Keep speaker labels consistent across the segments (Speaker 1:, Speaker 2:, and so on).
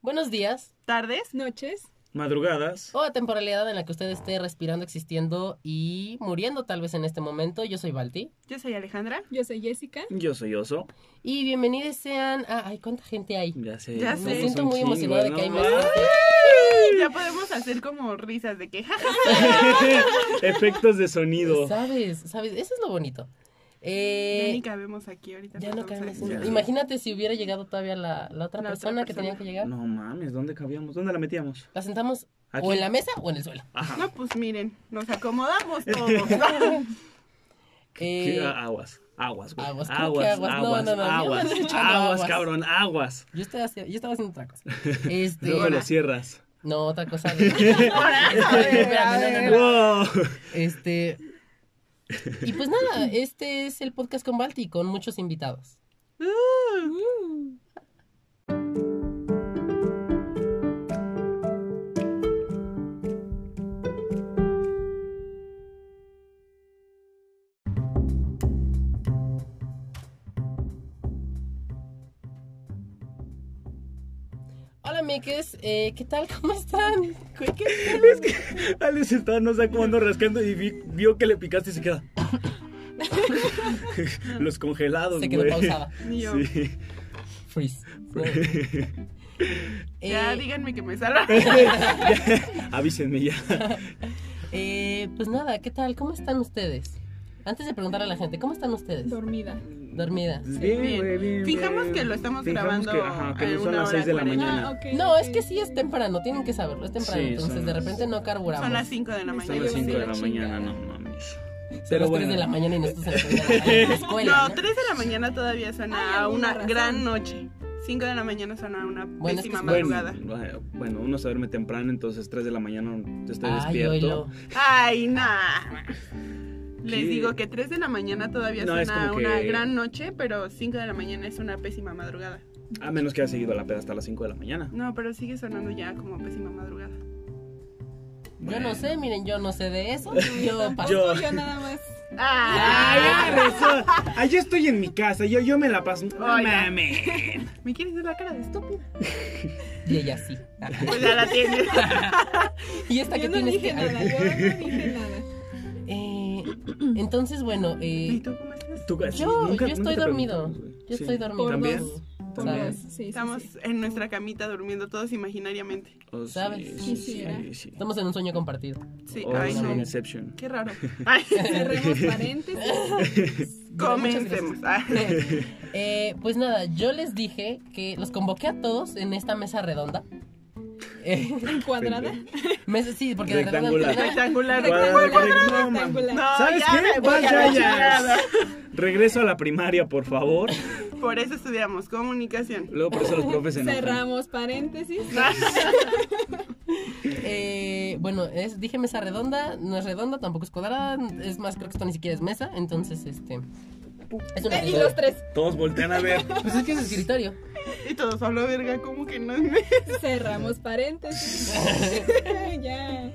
Speaker 1: Buenos días
Speaker 2: tardes,
Speaker 3: Noches.
Speaker 4: Madrugadas.
Speaker 1: o a temporalidad en la que usted esté respirando, existiendo y muriendo tal vez en este momento. Yo soy Balti.
Speaker 2: yo soy Alejandra.
Speaker 3: Yo soy Jessica.
Speaker 4: Yo soy oso.
Speaker 1: Y bienvenidos sean... Ah, ay, ¿cuánta gente hay?
Speaker 4: Ya sé.
Speaker 2: Ya
Speaker 4: somos
Speaker 2: sé.
Speaker 1: Me
Speaker 2: Sí,
Speaker 1: siento
Speaker 4: un
Speaker 1: muy
Speaker 4: chingo,
Speaker 1: emocionada de
Speaker 4: ¿no?
Speaker 1: que hay más
Speaker 4: Ah,
Speaker 1: gente.
Speaker 2: Ya podemos hacer como risas de que jaja.
Speaker 4: Efectos de sonido.
Speaker 1: ¿Sabes? ¿Sabes? Eso es lo bonito.
Speaker 2: Ya
Speaker 1: Eh,
Speaker 2: ni cabemos aquí ahorita.
Speaker 1: ya no
Speaker 2: estamos
Speaker 1: cabemos.
Speaker 2: ahí.
Speaker 4: Ya.
Speaker 1: Imagínate si hubiera llegado todavía la, la otra
Speaker 2: La otra
Speaker 1: persona que
Speaker 2: persona.
Speaker 1: tenía que llegar.
Speaker 4: No mames, ¿dónde cabíamos? ¿Dónde la metíamos?
Speaker 1: La sentamos
Speaker 4: Aquí.
Speaker 1: o en la mesa o en el suelo.
Speaker 4: Ajá.
Speaker 2: No, pues miren, nos acomodamos todos.
Speaker 1: Eh,
Speaker 4: Sí, a- aguas. Aguas, güey.
Speaker 1: aguas, ¿cómo que
Speaker 4: aguas,
Speaker 1: aguas? No,
Speaker 4: aguas,
Speaker 1: no, no, yo no
Speaker 4: aguas,
Speaker 1: ando echando
Speaker 4: aguas,
Speaker 1: aguas.
Speaker 4: cabrón, aguas.
Speaker 1: yo, estaba, haci- yo estaba haciendo otra cosa. Este,
Speaker 4: Ah, Luego lo cierras.
Speaker 1: no, otra cosa. de-
Speaker 2: Ahora, a ver, a ver.
Speaker 4: Wow.
Speaker 1: Este. Y pues nada, este es el podcast con Balti, con muchos invitados. Hola, Meques, eh, ¿qué tal? ¿Cómo están? ¿Qué- qué- qué-
Speaker 4: Es que Alex estaba no sé cómo ando rascando y vi- vio que le picaste y se queda. Los congelados,
Speaker 1: Se quedó
Speaker 4: güey.
Speaker 1: pausada.
Speaker 2: Ni yo.
Speaker 4: Sí.
Speaker 1: Freeze. No.
Speaker 2: Ya
Speaker 1: Eh,
Speaker 2: díganme que me salvan.
Speaker 4: Avísenme ya.
Speaker 1: eh, pues nada, ¿qué tal? ¿Cómo están ustedes? Antes de preguntar a la gente, ¿cómo están ustedes?
Speaker 3: Dormida.
Speaker 1: Dormida.
Speaker 4: Bien,
Speaker 2: bien.
Speaker 4: güey, bien,
Speaker 2: Fijamos
Speaker 4: bien.
Speaker 2: que lo estamos
Speaker 4: Fijamos
Speaker 2: grabando
Speaker 4: Que, ajá, que
Speaker 2: a
Speaker 4: no son
Speaker 2: una
Speaker 4: las
Speaker 2: hora
Speaker 4: 6 de la
Speaker 2: cuarenta.
Speaker 4: mañana.
Speaker 3: Ah, ok,
Speaker 1: No,
Speaker 3: ok.
Speaker 1: es que sí es temprano, tienen que saberlo, es temprano.
Speaker 4: Sí,
Speaker 1: entonces
Speaker 4: son
Speaker 1: de
Speaker 4: las-
Speaker 1: repente no carburamos.
Speaker 2: Son las 5 de la
Speaker 4: Son
Speaker 2: mañana.
Speaker 4: las 5 de la
Speaker 3: Chingada.
Speaker 4: mañana, no mames.
Speaker 1: Son
Speaker 4: Pero
Speaker 1: las tres
Speaker 4: bueno.
Speaker 1: de la mañana y nosotros a las tres de la mañana en la escuela.
Speaker 2: No,
Speaker 1: ¿no?
Speaker 2: 3 de la mañana todavía
Speaker 3: Hay
Speaker 2: suena a
Speaker 3: alguna
Speaker 2: una
Speaker 3: razón.
Speaker 2: gran noche. 5 de la mañana suena a una
Speaker 1: Bueno, es que
Speaker 2: pésima
Speaker 1: es
Speaker 2: madrugada.
Speaker 4: Bueno, bueno, uno se duerme temprano, entonces 3 de la mañana te está
Speaker 1: Ay,
Speaker 4: despierto.
Speaker 1: oílo.
Speaker 2: Ay, nada. Les
Speaker 4: Sí.
Speaker 2: digo que 3 de la mañana todavía
Speaker 4: No, es
Speaker 2: suena a
Speaker 4: como que-
Speaker 2: una gran noche, pero 5 de la mañana es una pésima madrugada.
Speaker 4: A menos que haya seguido la peda hasta las 5 de la mañana.
Speaker 2: No, pero sigue sonando ya como pésima madrugada.
Speaker 1: Yo no sé, miren, yo no sé de eso. Yo paso.
Speaker 4: Yo-
Speaker 3: Yo, nada más.
Speaker 4: Ay, Ah, eso. Ay, yo estoy en mi casa, yo, yo me la paso. No
Speaker 2: Oiga.
Speaker 4: mames.
Speaker 2: ¿Me quieres ver la cara de estúpida?
Speaker 1: Y ella sí.
Speaker 2: Pues ya la tienes.
Speaker 1: Y esta que
Speaker 3: Yo no
Speaker 1: tienes
Speaker 3: dije
Speaker 1: que.
Speaker 3: nada, yo no dije nada.
Speaker 1: Eh, entonces, bueno,
Speaker 2: ¿Y
Speaker 1: eh,
Speaker 2: tú cómo estás?
Speaker 4: Tú, sí,
Speaker 1: yo,
Speaker 4: nunca-
Speaker 1: yo
Speaker 4: nunca
Speaker 1: estoy
Speaker 4: te
Speaker 1: dormido.
Speaker 4: preguntamos, güey.
Speaker 1: Yo
Speaker 4: Sí.
Speaker 1: estoy dormido.
Speaker 3: ¿También?
Speaker 1: O
Speaker 3: Por
Speaker 1: sea,
Speaker 3: dos, sí, sí, sí.
Speaker 2: Estamos en nuestra camita durmiendo todos imaginariamente.
Speaker 4: Oh, sí,
Speaker 1: ¿Sabes?
Speaker 4: Sí, sí,
Speaker 3: Quisiera.
Speaker 4: sí.
Speaker 1: Estamos en un sueño compartido.
Speaker 2: Sí,
Speaker 4: Oh,
Speaker 2: ay
Speaker 4: sí,
Speaker 2: no.
Speaker 4: Inception.
Speaker 2: Qué raro. Ay,
Speaker 3: Cerremos paréntesis.
Speaker 2: comencemos.
Speaker 1: Eh, pues nada, yo les dije que los convoqué a todos en esta mesa redonda. Eh,
Speaker 3: Cuadrada.
Speaker 1: mesa- sí, porque de redonda
Speaker 2: Ah,
Speaker 4: Rectangular.
Speaker 1: al final-
Speaker 2: Rectangular.
Speaker 4: Cuadrado, no, mames.
Speaker 3: Rectangular.
Speaker 2: No,
Speaker 4: ¿Sabes
Speaker 2: ya
Speaker 4: qué?
Speaker 2: me voy
Speaker 4: Vas
Speaker 2: a la
Speaker 4: allá.
Speaker 2: chingada.
Speaker 4: Regreso a la primaria, por favor.
Speaker 2: Por eso estudiamos comunicación.
Speaker 4: Luego por eso los profes se enojan.
Speaker 3: Cerramos paréntesis.
Speaker 1: eh, bueno, es- dije mesa redonda, no es redonda, tampoco es cuadrada, es más, creo que esto ni siquiera es mesa, entonces este. Es una
Speaker 3: Y los tres.
Speaker 4: Todos voltean a ver.
Speaker 1: Pues es que es escritorio.
Speaker 2: Y todos solo verga, como que no es me.
Speaker 3: Cerramos paréntesis. ya.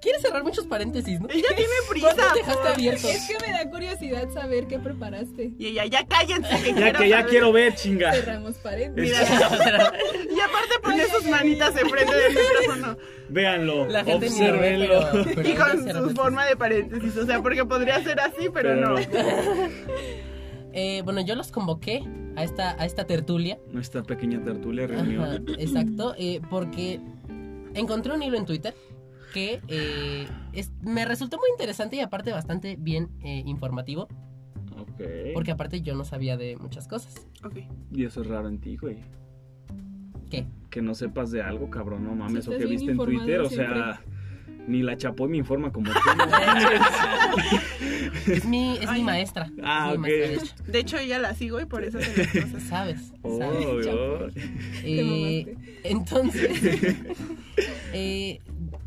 Speaker 1: Quieres cerrar muchos paréntesis, ¿no?
Speaker 2: Ella tiene
Speaker 1: ¿Por qué
Speaker 2: prisa.
Speaker 1: dejaste
Speaker 2: por-
Speaker 1: abierto?
Speaker 3: Es que me da curiosidad saber qué preparaste.
Speaker 2: Y ella, ya cállense. Que
Speaker 4: Ya
Speaker 2: quiero
Speaker 4: que ya
Speaker 2: saber.
Speaker 4: quiero ver, chinga.
Speaker 3: Cerramos paréntesis.
Speaker 2: Mira. y aparte pone sus manitas enfrente del micrófono.
Speaker 4: Véanlo.
Speaker 1: La gente ni lo ve,
Speaker 4: obsérvenlo.
Speaker 1: pero- pero
Speaker 2: Y
Speaker 1: ella
Speaker 2: con
Speaker 1: cerró
Speaker 2: su
Speaker 1: muchos.
Speaker 2: forma de paréntesis. O sea, porque podría ser así, pero,
Speaker 4: Pero
Speaker 2: no.
Speaker 4: no.
Speaker 1: Eh, bueno, yo los convoqué a esta, a esta tertulia.
Speaker 4: Nuestra pequeña tertulia
Speaker 1: Ajá,
Speaker 4: reunión.
Speaker 1: exacto, eh, porque encontré un hilo en Twitter que eh, es- me resultó muy interesante y aparte bastante bien eh, informativo,
Speaker 4: Ok.
Speaker 1: porque aparte yo no sabía de muchas cosas.
Speaker 2: Ok.
Speaker 4: Y eso es raro en ti, güey.
Speaker 1: ¿Qué?
Speaker 4: Que no sepas de algo, cabrón. No mames.
Speaker 3: Sí,
Speaker 4: o
Speaker 3: estás
Speaker 4: que
Speaker 3: bien
Speaker 4: viste en
Speaker 3: informado
Speaker 4: Twitter. O sea, ni la Chapoy me informa como tú. no mames.
Speaker 1: Es mi, es mi
Speaker 2: Ay.
Speaker 1: maestra.
Speaker 4: Ah,
Speaker 1: es mi
Speaker 4: ok.
Speaker 1: maestra, de hecho.
Speaker 2: De hecho, ella la sigo y por eso se las cosas.
Speaker 1: Sabes.
Speaker 4: Oh,
Speaker 1: sabes.
Speaker 4: oh.
Speaker 1: Eh,
Speaker 3: Te
Speaker 1: entonces, eh,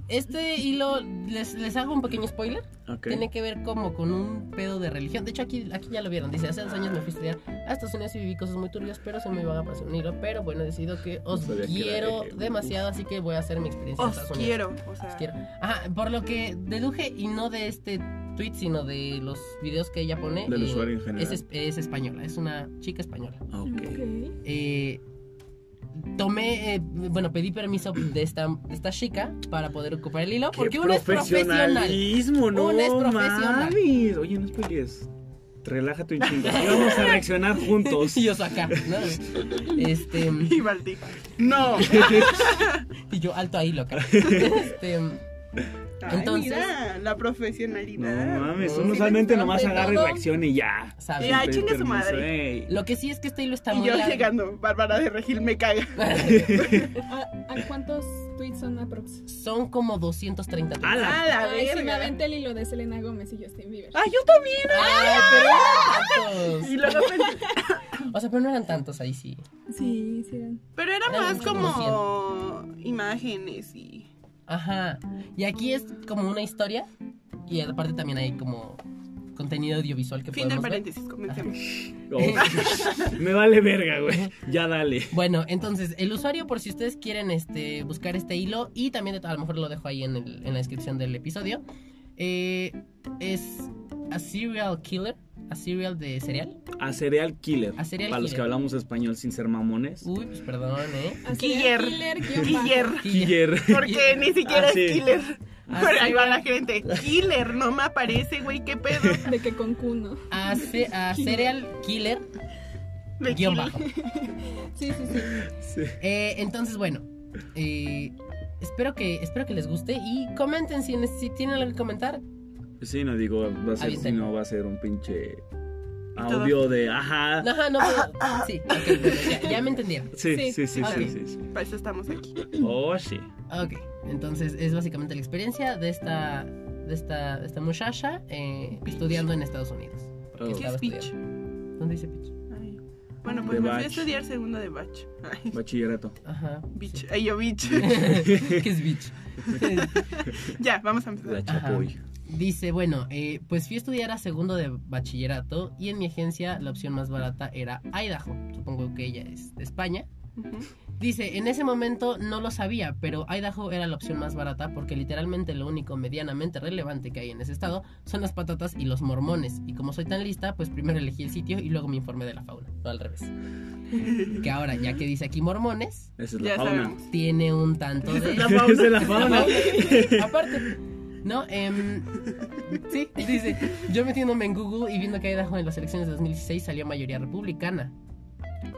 Speaker 1: este hilo, les, les hago un pequeño spoiler.
Speaker 4: Ok.
Speaker 1: Tiene que ver como con un pedo de religión. De hecho, aquí, aquí ya lo vieron. Dice, hace dos años me fui a estudiar a Estados Unidos y viví cosas muy turbias, pero se me iban a pasar un hilo. Pero bueno, he decidido que os
Speaker 4: sabía que era
Speaker 1: quiero
Speaker 4: LGBTQ.
Speaker 1: demasiado, así que voy a hacer mi experiencia en
Speaker 2: Os
Speaker 1: Estados Unidos.
Speaker 2: quiero. O sea,
Speaker 1: Os quiero. Ajá, por lo que deduje, y no de este tweet, sino de los videos que ella pone.
Speaker 4: Del
Speaker 1: eh,
Speaker 4: usuario en general.
Speaker 1: Es, es española, es una chica española.
Speaker 4: Ok.
Speaker 3: Ok.
Speaker 1: Eh, tomé, eh, bueno, pedí permiso de esta, de esta chica para poder ocupar el hilo, porque
Speaker 4: Qué
Speaker 1: uno es profesional.
Speaker 4: profesionalismo, no
Speaker 1: Uno es profesional.
Speaker 4: mames. Oye, no pelees. Relájate un chingo. Aquí vamos a reaccionar juntos.
Speaker 1: Y yo acá, ¿no? Este,
Speaker 2: Y Balti. No.
Speaker 1: y yo alto ahí, loca. Este, Entonces-
Speaker 2: Entonces. Mira, la
Speaker 4: No
Speaker 2: profesionalidad.
Speaker 4: mames,
Speaker 1: Sí,
Speaker 4: uno
Speaker 3: sí,
Speaker 4: solamente
Speaker 3: sí,
Speaker 4: nomás
Speaker 3: sí,
Speaker 4: agarra y
Speaker 3: todo.
Speaker 4: reacciona y ya.
Speaker 1: ¿sabes?
Speaker 2: Y ay,
Speaker 4: Sin
Speaker 2: chinga su
Speaker 4: permiso,
Speaker 2: madre.
Speaker 4: ey.
Speaker 1: Lo que sí es que este hilo está
Speaker 2: Y
Speaker 1: muy
Speaker 2: yo
Speaker 1: largo.
Speaker 2: llegando, Bárbara de Regil me caga.
Speaker 3: ¿A, a cuántos tweets son aprox?
Speaker 1: Son como 230
Speaker 4: A la-
Speaker 2: A la
Speaker 3: Ay, sí, me
Speaker 2: verga.
Speaker 3: aventé el hilo de Selena Gómez y Justin Bieber.
Speaker 2: Ah, yo también.
Speaker 1: ¡Ay, pero eran
Speaker 2: Y
Speaker 1: tantos!
Speaker 2: luego pensé-
Speaker 1: O sea, pero no eran tantos ahí, sí.
Speaker 3: Sí, sí. eran.
Speaker 2: Pero era
Speaker 1: Era
Speaker 2: más
Speaker 1: mucho
Speaker 2: como imágenes y.
Speaker 1: Ajá. Y aquí es como una historia. Y aparte también hay como contenido audiovisual que
Speaker 2: Fin del
Speaker 1: podemos ver.
Speaker 2: paréntesis, comencemos.
Speaker 4: Oh, me vale verga, güey. Ya dale.
Speaker 1: Bueno, entonces, el usuario, por si ustedes quieren este, buscar este hilo, y también de- a lo mejor lo dejo ahí en, el- en la descripción del episodio, eh, es a serial killer, a serial de cereal.
Speaker 4: A cereal killer.
Speaker 1: A Serial
Speaker 4: Para los
Speaker 1: Killer.
Speaker 4: que hablamos español sin ser mamones.
Speaker 1: Uy, pues perdón, ¿eh?
Speaker 3: Así,
Speaker 2: Killer.
Speaker 3: Killer. guión bajo.
Speaker 2: Killer.
Speaker 4: Killer.
Speaker 2: Porque ni siquiera
Speaker 4: Ah,
Speaker 2: es
Speaker 4: sí.
Speaker 2: killer.
Speaker 1: Ah,
Speaker 2: Pero
Speaker 1: sí.
Speaker 2: ahí va la gente. Killer, no me aparece, güey, qué pedo.
Speaker 3: De que con cuno.
Speaker 1: A, ce- a serial killer,
Speaker 2: Le
Speaker 1: guión
Speaker 2: kill-
Speaker 1: bajo.
Speaker 3: Sí, sí, sí.
Speaker 4: Sí.
Speaker 1: Eh, entonces, bueno, eh, espero, que, espero que les guste y comenten si, ne- si tienen algo que comentar.
Speaker 4: Sí, no digo, va a ser,
Speaker 1: Avisen.
Speaker 4: si no va a ser un pinche audio de ajá.
Speaker 1: Ajá, no puedo. Sí, ok, bueno, ya, ya me entendieron.
Speaker 4: Sí, sí,
Speaker 3: Sí.
Speaker 4: sí, sí,
Speaker 1: Ok.
Speaker 4: sí, sí.
Speaker 2: Para eso estamos aquí.
Speaker 4: Oh, sí.
Speaker 1: Ah, Ok, entonces es básicamente la experiencia de esta, de esta, de esta muchacha eh, estudiando en Estados Unidos. porque
Speaker 4: Oh.
Speaker 2: ¿Qué
Speaker 1: estaba
Speaker 2: es pitch?
Speaker 1: estudiando. ¿Dónde dice pitch?
Speaker 2: Ay. Bueno, pues me
Speaker 4: De
Speaker 2: fui a
Speaker 4: batch.
Speaker 2: estudiar segundo de batch. Ay,
Speaker 4: Bachillerato.
Speaker 1: Ajá.
Speaker 2: bitch.
Speaker 1: sí.
Speaker 2: Ay, yo bitch.
Speaker 1: ¿Qué es bitch?
Speaker 2: ya, vamos a
Speaker 4: La
Speaker 2: empezar.
Speaker 4: chapoy.
Speaker 1: Dice, bueno, eh, pues fui a estudiar a segundo de bachillerato y en mi agencia la opción más barata era Idaho. Supongo que ella es de España.
Speaker 2: Ujú.
Speaker 1: Dice, en ese momento no lo sabía, pero Idaho era la opción más barata porque literalmente lo único medianamente relevante que hay en ese estado son las patatas y los mormones. Y como soy tan lista, pues primero elegí el sitio y luego me informé de la fauna. No al revés. Que ahora, ya que dice aquí mormones,
Speaker 4: Esa es la
Speaker 2: Ya
Speaker 4: fauna.
Speaker 2: sabemos.
Speaker 1: tiene un tanto de...
Speaker 2: La fauna.
Speaker 4: Esa es la fauna.
Speaker 1: Aparte. No, em, sí, dice, yo metiéndome en Google y viendo que Idaho en las elecciones de 2016 salió mayoría republicana.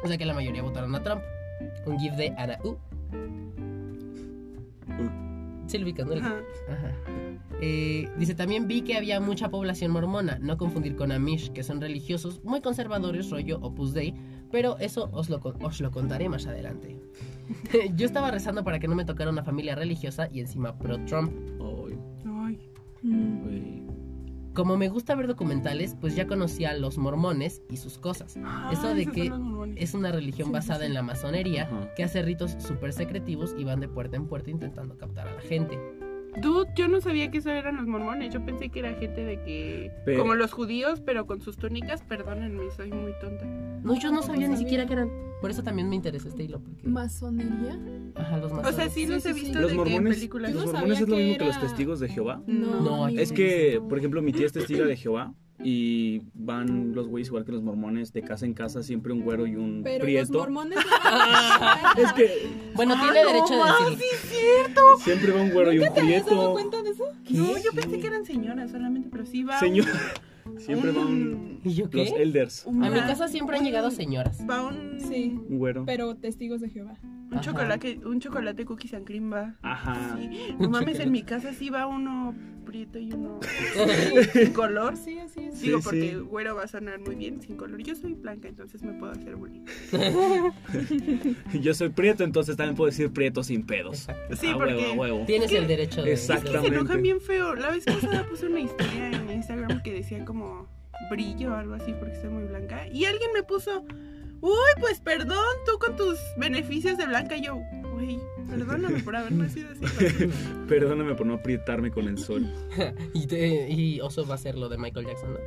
Speaker 1: O sea que la mayoría votaron a Trump. Un gif de Ana U. Sí, lo ubicas, ¿no? El-
Speaker 2: Ajá.
Speaker 1: Ajá. Eh, dice, también vi que había mucha población mormona, no confundir con Amish, que son religiosos muy conservadores, rollo Opus Dei, pero eso os lo, con- os lo contaré más adelante. Yo estaba rezando para que no me tocara una familia religiosa y encima pro-Trump.
Speaker 4: Ay,
Speaker 2: Ay.
Speaker 3: Mm.
Speaker 4: güey.
Speaker 1: Como me gusta ver documentales, pues ya conocía a los mormones y sus cosas.
Speaker 2: Ah,
Speaker 1: Eso de
Speaker 2: esos
Speaker 1: que-
Speaker 2: son los mormones.
Speaker 1: Es una religión
Speaker 3: Sí, sí,
Speaker 1: basada
Speaker 3: sí.
Speaker 1: en la masonería
Speaker 4: Ajá.
Speaker 1: que hace ritos súper secretivos y van de puerta en puerta intentando captar a la gente.
Speaker 2: Dude, yo no sabía que eso eran los mormones. Yo pensé que era gente de que.
Speaker 4: Pe-
Speaker 2: Como los judíos, pero con sus túnicas. Perdónenme, soy muy tonta.
Speaker 1: No, yo no sabía ni
Speaker 3: No sabía.
Speaker 1: siquiera que eran. Por eso también me interesó este hilo. Porque...
Speaker 3: ¿Masonería?
Speaker 1: Ajá, los
Speaker 2: O
Speaker 1: masones.
Speaker 2: sea, sí
Speaker 3: Sí,
Speaker 2: los he
Speaker 3: sí, sí.
Speaker 2: visto
Speaker 4: Los
Speaker 2: de que en
Speaker 4: mormones, pues,
Speaker 2: películas.
Speaker 3: Yo
Speaker 4: los
Speaker 3: no
Speaker 4: mormones
Speaker 3: sabía
Speaker 4: es lo
Speaker 3: que
Speaker 4: mismo que los
Speaker 3: era-
Speaker 4: testigos de Jehová.
Speaker 2: No,
Speaker 1: No,
Speaker 3: amigo,
Speaker 4: Es que,
Speaker 3: no.
Speaker 4: por ejemplo, mi tía es testigo de Jehová y van los güeyes igual que los mormones, de casa en casa, siempre un güero y un
Speaker 3: Pero los
Speaker 4: prieto.
Speaker 3: mormones.
Speaker 4: Es que
Speaker 1: Bueno,
Speaker 2: Ah,
Speaker 1: tiene
Speaker 2: no
Speaker 1: derecho
Speaker 2: más,
Speaker 1: a decirlo.
Speaker 4: siempre va un güero y un
Speaker 3: ¿Nunca te habías dado
Speaker 4: prieto.
Speaker 3: cuenta de eso?
Speaker 2: No, yo pensé que eran señoras solamente, pero sí va. un-
Speaker 4: Señor, siempre va un...
Speaker 2: un.
Speaker 1: ¿Y yo qué?
Speaker 4: Los elders.
Speaker 2: un-
Speaker 1: A mi casa siempre han
Speaker 2: Mm.
Speaker 1: llegado señoras.
Speaker 2: Va un.
Speaker 3: Sí,
Speaker 4: Un güero.
Speaker 3: pero testigos de Jehová.
Speaker 2: Un
Speaker 1: Ajá.
Speaker 2: chocolate, un chocolate cookies and cream va.
Speaker 4: Ajá.
Speaker 2: Sí.
Speaker 1: Un
Speaker 2: No mames,
Speaker 1: chocolate.
Speaker 2: en mi casa sí va uno prieto y uno
Speaker 3: Sí,
Speaker 2: sin color.
Speaker 3: sí, así es.
Speaker 2: Digo,
Speaker 4: Sí,
Speaker 2: porque
Speaker 4: sí.
Speaker 2: güero va a sonar muy bien sin color. Yo soy blanca, entonces me puedo hacer bullying.
Speaker 4: Yo soy prieto, entonces también puedo decir prieto sin pedos.
Speaker 1: Exacto.
Speaker 2: Sí,
Speaker 4: A
Speaker 2: porque-
Speaker 4: huevo, a huevo.
Speaker 1: Tienes
Speaker 2: Es que-
Speaker 1: el derecho de
Speaker 4: Exacto.
Speaker 2: Se
Speaker 1: decirlo.
Speaker 2: enojan bien feo. La vez pasada puse una historia en Instagram que decía como brillo o algo así porque soy muy blanca. Y alguien me puso, uy, pues perdón, tú con tus beneficios de blanca. Y yo, uy, perdóname por haber nacido así.
Speaker 4: Perdóname por no aprietarme con el sol.
Speaker 1: Y, te- y Oso va a ser lo de Michael Jackson, ¿no?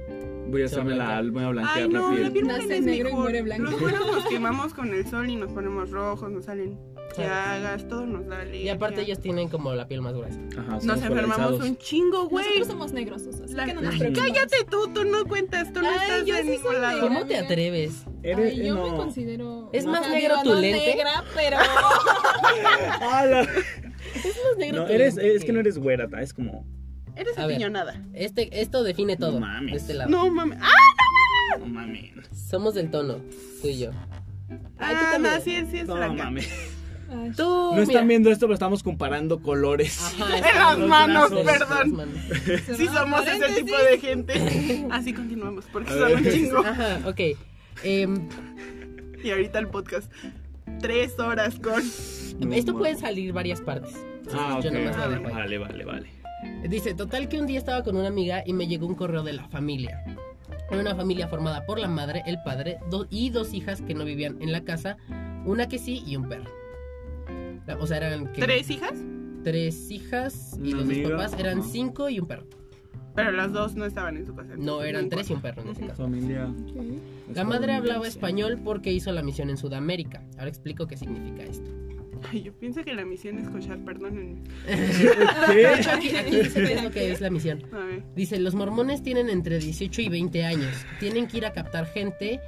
Speaker 4: Voy a hacerme
Speaker 1: blanquear.
Speaker 4: la alma a
Speaker 2: Ay,
Speaker 4: blanquear
Speaker 2: no,
Speaker 4: la
Speaker 2: la
Speaker 4: piel.
Speaker 2: piel
Speaker 3: Nace
Speaker 2: morena es
Speaker 3: negro y
Speaker 2: mejor.
Speaker 3: muere blanco.
Speaker 2: Los buenos nos quemamos con el sol y nos ponemos rojos, nos salen que
Speaker 1: Claro.
Speaker 2: hagas, todo nos da alergia.
Speaker 1: Y aparte ellos tienen como la piel más gruesa.
Speaker 4: Ajá, somos
Speaker 2: Nos enfermamos
Speaker 4: polarizados.
Speaker 2: un chingo, güey.
Speaker 3: Nosotros somos negros, o sea, así
Speaker 2: La-
Speaker 3: que no nos
Speaker 4: Ay,
Speaker 3: preocupes.
Speaker 2: Cállate tú, tú no cuentas, tú no
Speaker 3: Ay,
Speaker 2: estás
Speaker 3: yo
Speaker 2: de
Speaker 3: sí soy
Speaker 2: ningún lado.
Speaker 3: negra.
Speaker 1: ¿Cómo te atreves?
Speaker 4: Eres- eh,
Speaker 3: Ay, yo
Speaker 4: no.
Speaker 3: me considero.
Speaker 1: Es
Speaker 3: o
Speaker 1: más
Speaker 3: sea,
Speaker 1: negro
Speaker 3: digo,
Speaker 1: tu
Speaker 3: no
Speaker 1: lente.
Speaker 3: negra, pero.
Speaker 4: ¡Hala!
Speaker 1: Los negros
Speaker 4: No,
Speaker 1: te
Speaker 4: Ah, eres,
Speaker 1: ven porque-
Speaker 4: es que no eres güera, ta, es como.
Speaker 2: Eres
Speaker 1: A ver.
Speaker 2: apiñonada.
Speaker 1: Este, esto define todo.
Speaker 4: No mames.
Speaker 1: De este lado.
Speaker 2: No mames. ¡Ah!
Speaker 4: No mames.
Speaker 1: Somos del tono, tú y yo. Ay, tú
Speaker 2: Ah, no,
Speaker 1: también.
Speaker 2: sí, es- sí es
Speaker 4: No
Speaker 2: blanca.
Speaker 4: mames.
Speaker 3: Ay,
Speaker 1: Tú,
Speaker 4: No
Speaker 1: mira. Ah,
Speaker 4: están viendo esto, pero estamos comparando colores.
Speaker 1: Ajá,
Speaker 2: En
Speaker 1: están
Speaker 2: las
Speaker 1: los
Speaker 2: manos,
Speaker 1: brazos,
Speaker 2: perdón.
Speaker 1: las manos.
Speaker 2: Sí
Speaker 3: cerrado
Speaker 2: somos ese
Speaker 3: paréntesis.
Speaker 2: tipo de gente. Así continuamos, porque
Speaker 4: A
Speaker 2: son un
Speaker 4: ver.
Speaker 2: chingo.
Speaker 1: Ajá, ok. Em,
Speaker 2: Y ahorita el podcast. Tres horas con.
Speaker 4: No
Speaker 1: esto puede
Speaker 4: mames.
Speaker 1: salir varias partes.
Speaker 4: Ah, ok.
Speaker 1: Yo nomás lo dejo ahí.
Speaker 4: Vale, vale, vale.
Speaker 1: Dice, total que un día estaba con una amiga y me llegó un correo de la familia. Era una familia formada por la madre, el padre do- y dos hijas que no vivían en la casa, una que sí y un perro. La- O sea, eran que-
Speaker 2: ¿Tres hijas?
Speaker 1: tres hijas y
Speaker 4: Una
Speaker 1: los dos
Speaker 4: amiga,
Speaker 1: papás eran
Speaker 4: ajá.
Speaker 1: cinco y un perro.
Speaker 2: Pero las dos no estaban en su casa.
Speaker 1: No,
Speaker 2: entonces
Speaker 1: eran tres y
Speaker 2: importa.
Speaker 1: un perro en ese caso.
Speaker 4: Familia.
Speaker 3: Ah,
Speaker 1: La madre hablaba español porque hizo la misión en Sudamérica. Ahora explico qué significa esto.
Speaker 2: Ay, yo pienso que la misión es cochar, perdónenme.
Speaker 1: De
Speaker 4: ¿Qué?
Speaker 1: hecho, aquí, aquí dice qué es lo que es la misión.
Speaker 2: A ver.
Speaker 1: Dice, los mormones tienen entre 18 y 20 años. Tienen que ir a captar gente,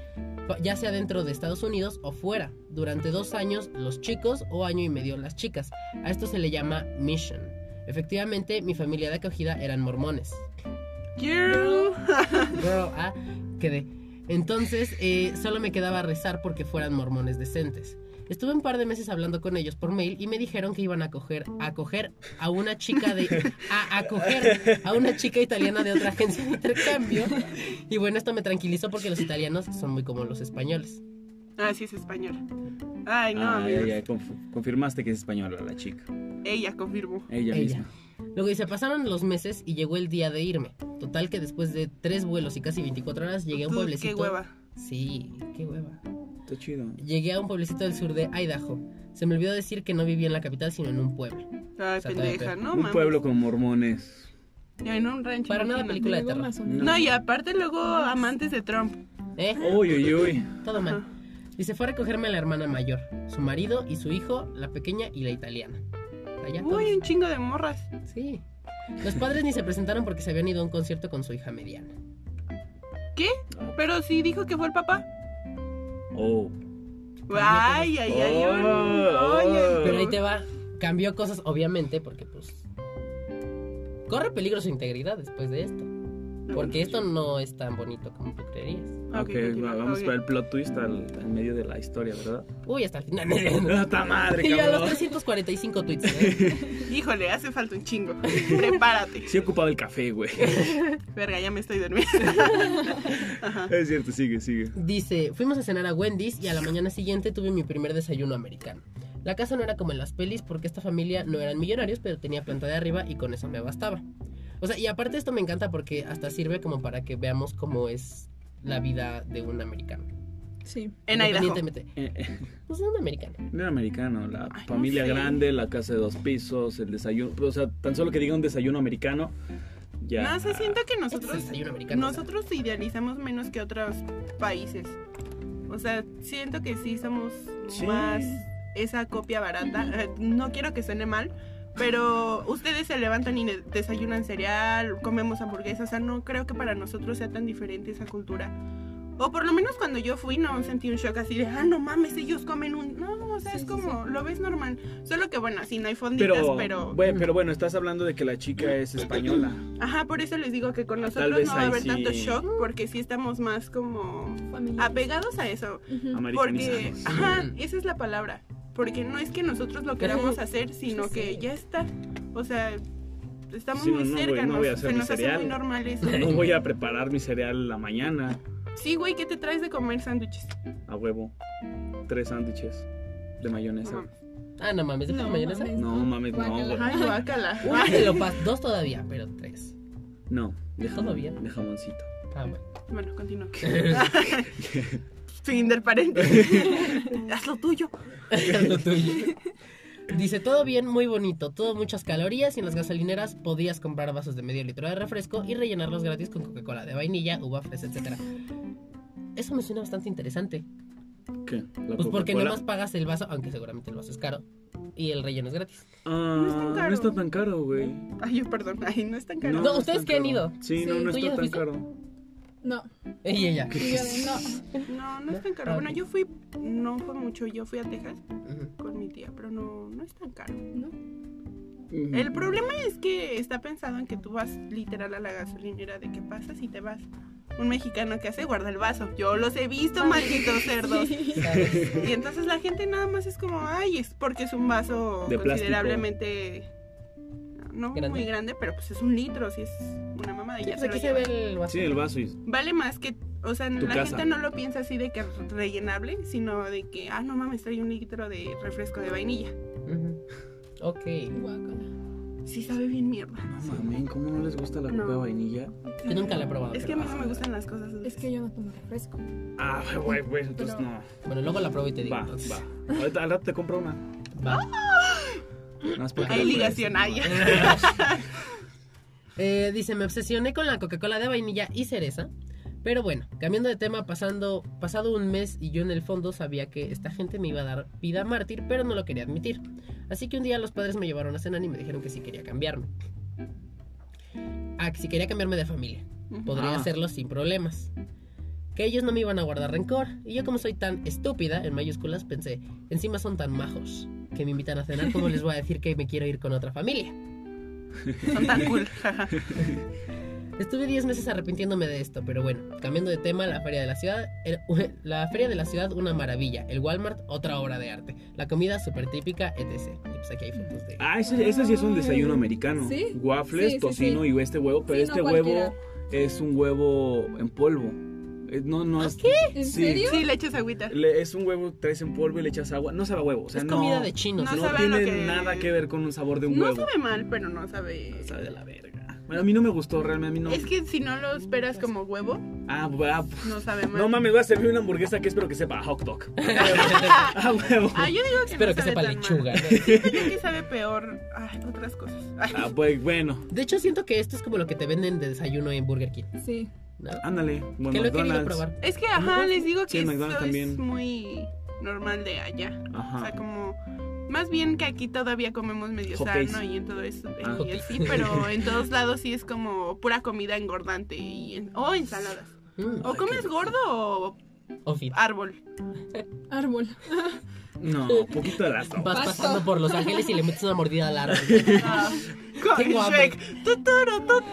Speaker 1: pa- ya sea dentro de Estados Unidos o fuera. Durante dos años los chicos o año y medio las chicas. A esto se le llama mission. Efectivamente, mi familia de acogida eran mormones.
Speaker 2: Girl.
Speaker 1: Girl, ah, quedé. Entonces, eh, solo me quedaba rezar porque fueran mormones decentes. Estuve un par de meses hablando con ellos por mail y me dijeron que iban a coger, a coger a una chica de. a acoger a una chica italiana de otra agencia de intercambio. Y bueno, esto me tranquilizó porque los italianos son muy como los españoles.
Speaker 2: Ah, sí, es español. Ay, no,
Speaker 4: Ay,
Speaker 2: amigos.
Speaker 4: ay, ay, conf- confirmaste que es española la chica.
Speaker 2: Ella confirmó.
Speaker 4: Ella,
Speaker 1: Ella.
Speaker 4: misma.
Speaker 1: Luego dice, pasaron los meses y llegó el día de irme. Total que después de tres vuelos y casi 24 horas llegué a un
Speaker 2: Tú,
Speaker 1: pueblecito.
Speaker 2: Qué hueva.
Speaker 1: Sí, qué hueva.
Speaker 4: Está chido.
Speaker 1: Llegué a un pueblecito del sur de Idaho. Se me olvidó decir que no vivía en la capital, sino en un pueblo.
Speaker 2: Ay,
Speaker 1: Saca de
Speaker 2: pendeja,
Speaker 1: pe-
Speaker 2: no,
Speaker 4: un
Speaker 2: mames.
Speaker 4: pueblo con mormones.
Speaker 2: Ya en un rancho.
Speaker 1: Para nada
Speaker 2: imagínate.
Speaker 1: película de
Speaker 3: digo
Speaker 1: terror.
Speaker 3: más o menos.
Speaker 2: No, y aparte luego amantes de Trump.
Speaker 1: ¿Eh?
Speaker 4: Uy, uy, uy.
Speaker 1: Todo mal. Y se fue a recogerme a la hermana mayor, su marido y su hijo, la pequeña y la italiana. Allá todos.
Speaker 2: Uy, un chingo de morras.
Speaker 1: Sí. Los padres ni se presentaron porque se habían ido a un concierto con su hija mediana.
Speaker 2: Pero sí dijo que fue el papá.
Speaker 4: Oh.
Speaker 2: Ay, ay, ay.
Speaker 4: Oh,
Speaker 2: un-
Speaker 4: oh.
Speaker 2: oye,
Speaker 1: Pero ahí te va. Cambió cosas, obviamente, porque pues. Corre peligro su integridad después de esto. Porque esto no es tan bonito como tú creerías.
Speaker 4: Ok,
Speaker 2: Ok, continúa,
Speaker 4: va- vamos
Speaker 2: ok.
Speaker 4: para el plot twist al, al medio de la historia, ¿verdad?
Speaker 1: Uy, hasta el final.
Speaker 4: ¡Esta madre,
Speaker 1: Y a los
Speaker 4: cabrón!
Speaker 1: 345 tweets. ¿eh?
Speaker 2: Híjole, hace falta un chingo. Prepárate.
Speaker 4: Sí ocupaba el café, güey.
Speaker 2: Verga, ya me estoy durmiendo. Ajá.
Speaker 4: Es cierto, sigue, sigue.
Speaker 1: Dice, fuimos a cenar a Wendy's y a la mañana siguiente tuve mi primer desayuno americano. La casa no era como en las pelis porque esta familia no eran millonarios, pero tenía planta de arriba y con eso me bastaba. O sea, y aparte esto me encanta porque hasta sirve como para que veamos cómo es la vida de un americano.
Speaker 3: Sí.
Speaker 2: En Idaho.
Speaker 1: Independientemente.
Speaker 4: Eh, eh,
Speaker 1: Pues es un americano.
Speaker 4: no era americano, la
Speaker 2: Ay, no
Speaker 4: familia
Speaker 2: sé.
Speaker 4: grande, la casa de dos pisos, el desayuno. O sea, tan solo que diga un desayuno americano, ya.
Speaker 2: No, se siente
Speaker 1: Este es
Speaker 2: que
Speaker 1: el
Speaker 2: nosotros
Speaker 1: desayuno americano. o sea,
Speaker 2: nosotros idealizamos menos que otros países. O sea, siento que sí somos
Speaker 4: Sí.
Speaker 2: más esa copia barata. Eh, No quiero que suene mal, pero ustedes se levantan y ne- desayunan cereal, comemos hamburguesas. O sea, no creo que para nosotros sea tan diferente esa cultura. O por lo menos cuando yo fui no sentí un shock así de, ah, no mames, ellos comen un... No, o sea,
Speaker 3: Sí,
Speaker 2: es
Speaker 3: sí,
Speaker 2: como, lo ves normal. Solo que bueno, así no hay fonditas,
Speaker 4: Pero,
Speaker 2: pero...
Speaker 4: güey, pero bueno, estás hablando de que la chica es española.
Speaker 2: Ajá, por eso les digo que con nosotros
Speaker 4: Ah, vez
Speaker 2: no va a
Speaker 4: ahí
Speaker 2: haber
Speaker 4: sí.
Speaker 2: tanto shock, porque sí estamos más como
Speaker 3: Familia.
Speaker 2: apegados a eso.
Speaker 3: Ujú.
Speaker 4: Americanizada.
Speaker 2: Porque, Ah. ajá, esa es la palabra. Porque no es que nosotros lo
Speaker 1: Pero-
Speaker 2: queramos hacer, sino
Speaker 1: Sí,
Speaker 2: que
Speaker 1: sí.
Speaker 2: ya está. O sea, estamos
Speaker 4: Sí, no,
Speaker 2: muy
Speaker 4: no,
Speaker 2: cerca,
Speaker 4: güey, no
Speaker 2: nos-
Speaker 4: voy a hacer
Speaker 2: se
Speaker 4: mi
Speaker 2: nos hace
Speaker 4: cereal.
Speaker 2: muy normal eso.
Speaker 4: No voy a preparar mi cereal en la mañana
Speaker 2: Sí, güey, ¿qué te traes de comer sándwiches?
Speaker 4: a huevo. Tres sándwiches de mayonesa.
Speaker 2: No
Speaker 1: Ah, no mames, ¿de
Speaker 3: No,
Speaker 1: mayonesa?
Speaker 3: mames.
Speaker 4: No mames, no,
Speaker 3: Guácala.
Speaker 4: güey.
Speaker 2: Ay, guácala.
Speaker 1: Una te lo pas- dos todavía, pero tres.
Speaker 4: No, de
Speaker 1: Todavía.
Speaker 4: jamón, de jamoncito.
Speaker 1: Ah, bueno.
Speaker 2: Bueno, continúa. fin del paréntesis. Haz lo tuyo.
Speaker 1: Lo tuyo. Dice, todo bien, muy bonito, todo muchas calorías y en las gasolineras podías comprar vasos de medio litro de refresco y rellenarlos gratis con Coca-Cola de vainilla, uva fresa, etc. Eso me suena bastante interesante.
Speaker 4: ¿Qué? ¿La
Speaker 1: Pues porque
Speaker 4: Coca-Cola?
Speaker 1: nada más pagas el vaso, aunque seguramente el vaso es caro. Y el relleno es gratis.
Speaker 4: Ah,
Speaker 2: No es tan caro.
Speaker 4: no está tan caro, güey.
Speaker 2: Ay, yo perdón, ay, no es tan caro.
Speaker 1: No,
Speaker 4: es
Speaker 1: ¿ustedes
Speaker 4: tan
Speaker 1: que han
Speaker 4: caro.
Speaker 1: ido?
Speaker 4: Sí,
Speaker 3: Sí,
Speaker 4: no, no
Speaker 1: ¿tú ya
Speaker 4: está tan
Speaker 1: fuiste?
Speaker 4: caro.
Speaker 3: No.
Speaker 1: Y ella.
Speaker 3: Y yo de, no. Ah,
Speaker 2: No, no es tan caro. Bueno, yo fui, no fue mucho, yo fui a Texas
Speaker 1: Ujú.
Speaker 2: con mi tía, pero no, no es tan caro.
Speaker 4: Ujú.
Speaker 2: El problema es que está pensado en que tú vas literal a la gasolinera de qué pasas y te vas. Un mexicano que hace guarda el vaso. Yo los he visto, malditos cerdos.
Speaker 3: Ah, Sí.
Speaker 1: ¿Sabes?
Speaker 2: Y entonces la gente nada más es como, ay, es porque es un vaso
Speaker 4: De plástico.
Speaker 2: considerablemente no
Speaker 1: Grande.
Speaker 2: muy grande, pero pues es un litro, si es una mamada y ya
Speaker 3: Pues
Speaker 2: se lo
Speaker 3: aquí se
Speaker 2: lleva.
Speaker 3: ve el vaso.
Speaker 4: Sí, el vaso y...
Speaker 2: Vale más que, o sea,
Speaker 4: Tu
Speaker 2: la
Speaker 4: casa.
Speaker 2: gente no lo piensa así de que rellenable, sino de que, ah, no mames, trae un litro de refresco de vainilla.
Speaker 1: Ujú. Ok.
Speaker 3: Guácala.
Speaker 2: Sí sabe bien mierda.
Speaker 4: No mames, ¿cómo no les gusta la
Speaker 2: No.
Speaker 4: coca de vainilla?
Speaker 1: Yo nunca la he probado.
Speaker 2: Es que a
Speaker 1: pero-
Speaker 2: mí no me gustan las cosas dulces.
Speaker 3: Es que yo no tomo refresco.
Speaker 4: Ah, güey, güey, entonces
Speaker 3: Pero-
Speaker 4: no.
Speaker 1: Bueno, luego la pruebo y te digo.
Speaker 4: Va,
Speaker 1: entonces.
Speaker 4: va. Ahorita- Al rato te compro una.
Speaker 1: Va.
Speaker 4: Nada más porque
Speaker 2: Hay
Speaker 4: la
Speaker 2: ligación,
Speaker 4: pruebes.
Speaker 2: ay, ya.
Speaker 1: Eh, dice, me obsesioné con la Coca-Cola de vainilla y cereza. Pero bueno, cambiando de tema, pasando, pasado un mes y yo en el fondo sabía que esta gente me iba a dar vida mártir, pero no lo quería admitir. Así que un día los padres me llevaron a cenar y me dijeron que si quería cambiarme. Ah, que si quería cambiarme de familia. Podría
Speaker 4: Ah.
Speaker 1: hacerlo sin problemas. Que ellos no me iban a guardar rencor. Y yo como soy tan estúpida, en mayúsculas, pensé, encima son tan majos que me invitan a cenar, ¿cómo les voy a decir que me quiero ir con otra familia?
Speaker 2: Son tan cool. jaja.
Speaker 1: Estuve 10 meses arrepintiéndome de esto, pero bueno, cambiando de tema, la feria de la ciudad, era- la feria de la ciudad una maravilla, el Walmart otra obra de arte, la comida súper típica, etc. Y pues aquí hay fotos de...
Speaker 4: Ah, ese, ese sí es un desayuno americano.
Speaker 3: Sí.
Speaker 4: Waffles,
Speaker 3: Sí, sí,
Speaker 4: tocino
Speaker 3: sí.
Speaker 4: y este huevo, pero
Speaker 3: Sí, no
Speaker 4: este
Speaker 3: cualquiera.
Speaker 4: huevo es un huevo en polvo. Eh, No,
Speaker 2: ¿Ah,
Speaker 4: no es.
Speaker 3: ¿En
Speaker 4: Sí.
Speaker 3: serio?
Speaker 2: Sí, le echas agüita.
Speaker 4: le- es un huevo, traes en polvo y le echas agua. No sabe a huevo. O sea,
Speaker 1: es
Speaker 4: no,
Speaker 1: comida de chinos.
Speaker 4: No,
Speaker 2: No sabe a lo
Speaker 4: tiene
Speaker 2: que-
Speaker 4: nada que ver con un sabor de un
Speaker 2: No
Speaker 4: huevo.
Speaker 2: sabe mal, pero no sabe.
Speaker 4: Sabe de la verga. Bueno, a mí no me gustó, realmente a mí no.
Speaker 2: Es que si no lo esperas como huevo,
Speaker 4: Ah, va.
Speaker 2: no sabe mal.
Speaker 4: No mames, voy a servir una hamburguesa que espero que sepa a hot dog. ah, huevo.
Speaker 2: Ah, yo digo que
Speaker 1: Espero
Speaker 2: no
Speaker 1: que
Speaker 2: sabe
Speaker 1: sepa
Speaker 2: tan mal.
Speaker 1: lechuga. ¿no?
Speaker 2: Sí, pero que sabe peor. Ay, otras cosas. Ay,
Speaker 4: Ah, pues bueno.
Speaker 1: De hecho, siento que esto es como lo que te venden de desayuno en Burger King.
Speaker 3: Sí.
Speaker 1: ¿no?
Speaker 4: Ándale. Bueno,
Speaker 1: que lo he querido
Speaker 4: Ah, McDonald's.
Speaker 1: probar.
Speaker 2: Es que, ajá, les digo
Speaker 4: Sí,
Speaker 2: que esto
Speaker 4: McDonald's
Speaker 2: es
Speaker 4: también.
Speaker 2: muy normal de allá. O sea,
Speaker 1: Ah.
Speaker 4: Ajá.
Speaker 2: como. Más bien que aquí todavía comemos medio
Speaker 4: Hot
Speaker 2: sano
Speaker 4: cakes.
Speaker 2: y en todo eso. y
Speaker 4: Ah.
Speaker 2: así, pero en todos lados sí es como pura comida engordante y en- o ensaladas.
Speaker 1: Mm,
Speaker 2: O comes gordo o
Speaker 1: o fit.
Speaker 2: árbol.
Speaker 3: Árbol.
Speaker 4: Ah, No, poquito de las dos.
Speaker 1: Vas
Speaker 3: Paso.
Speaker 1: pasando por Los Ángeles y le metes una mordida al árbol.
Speaker 2: Ah,
Speaker 1: Tengo
Speaker 2: con
Speaker 1: hambre.
Speaker 2: Shrek. Tuturu, tut.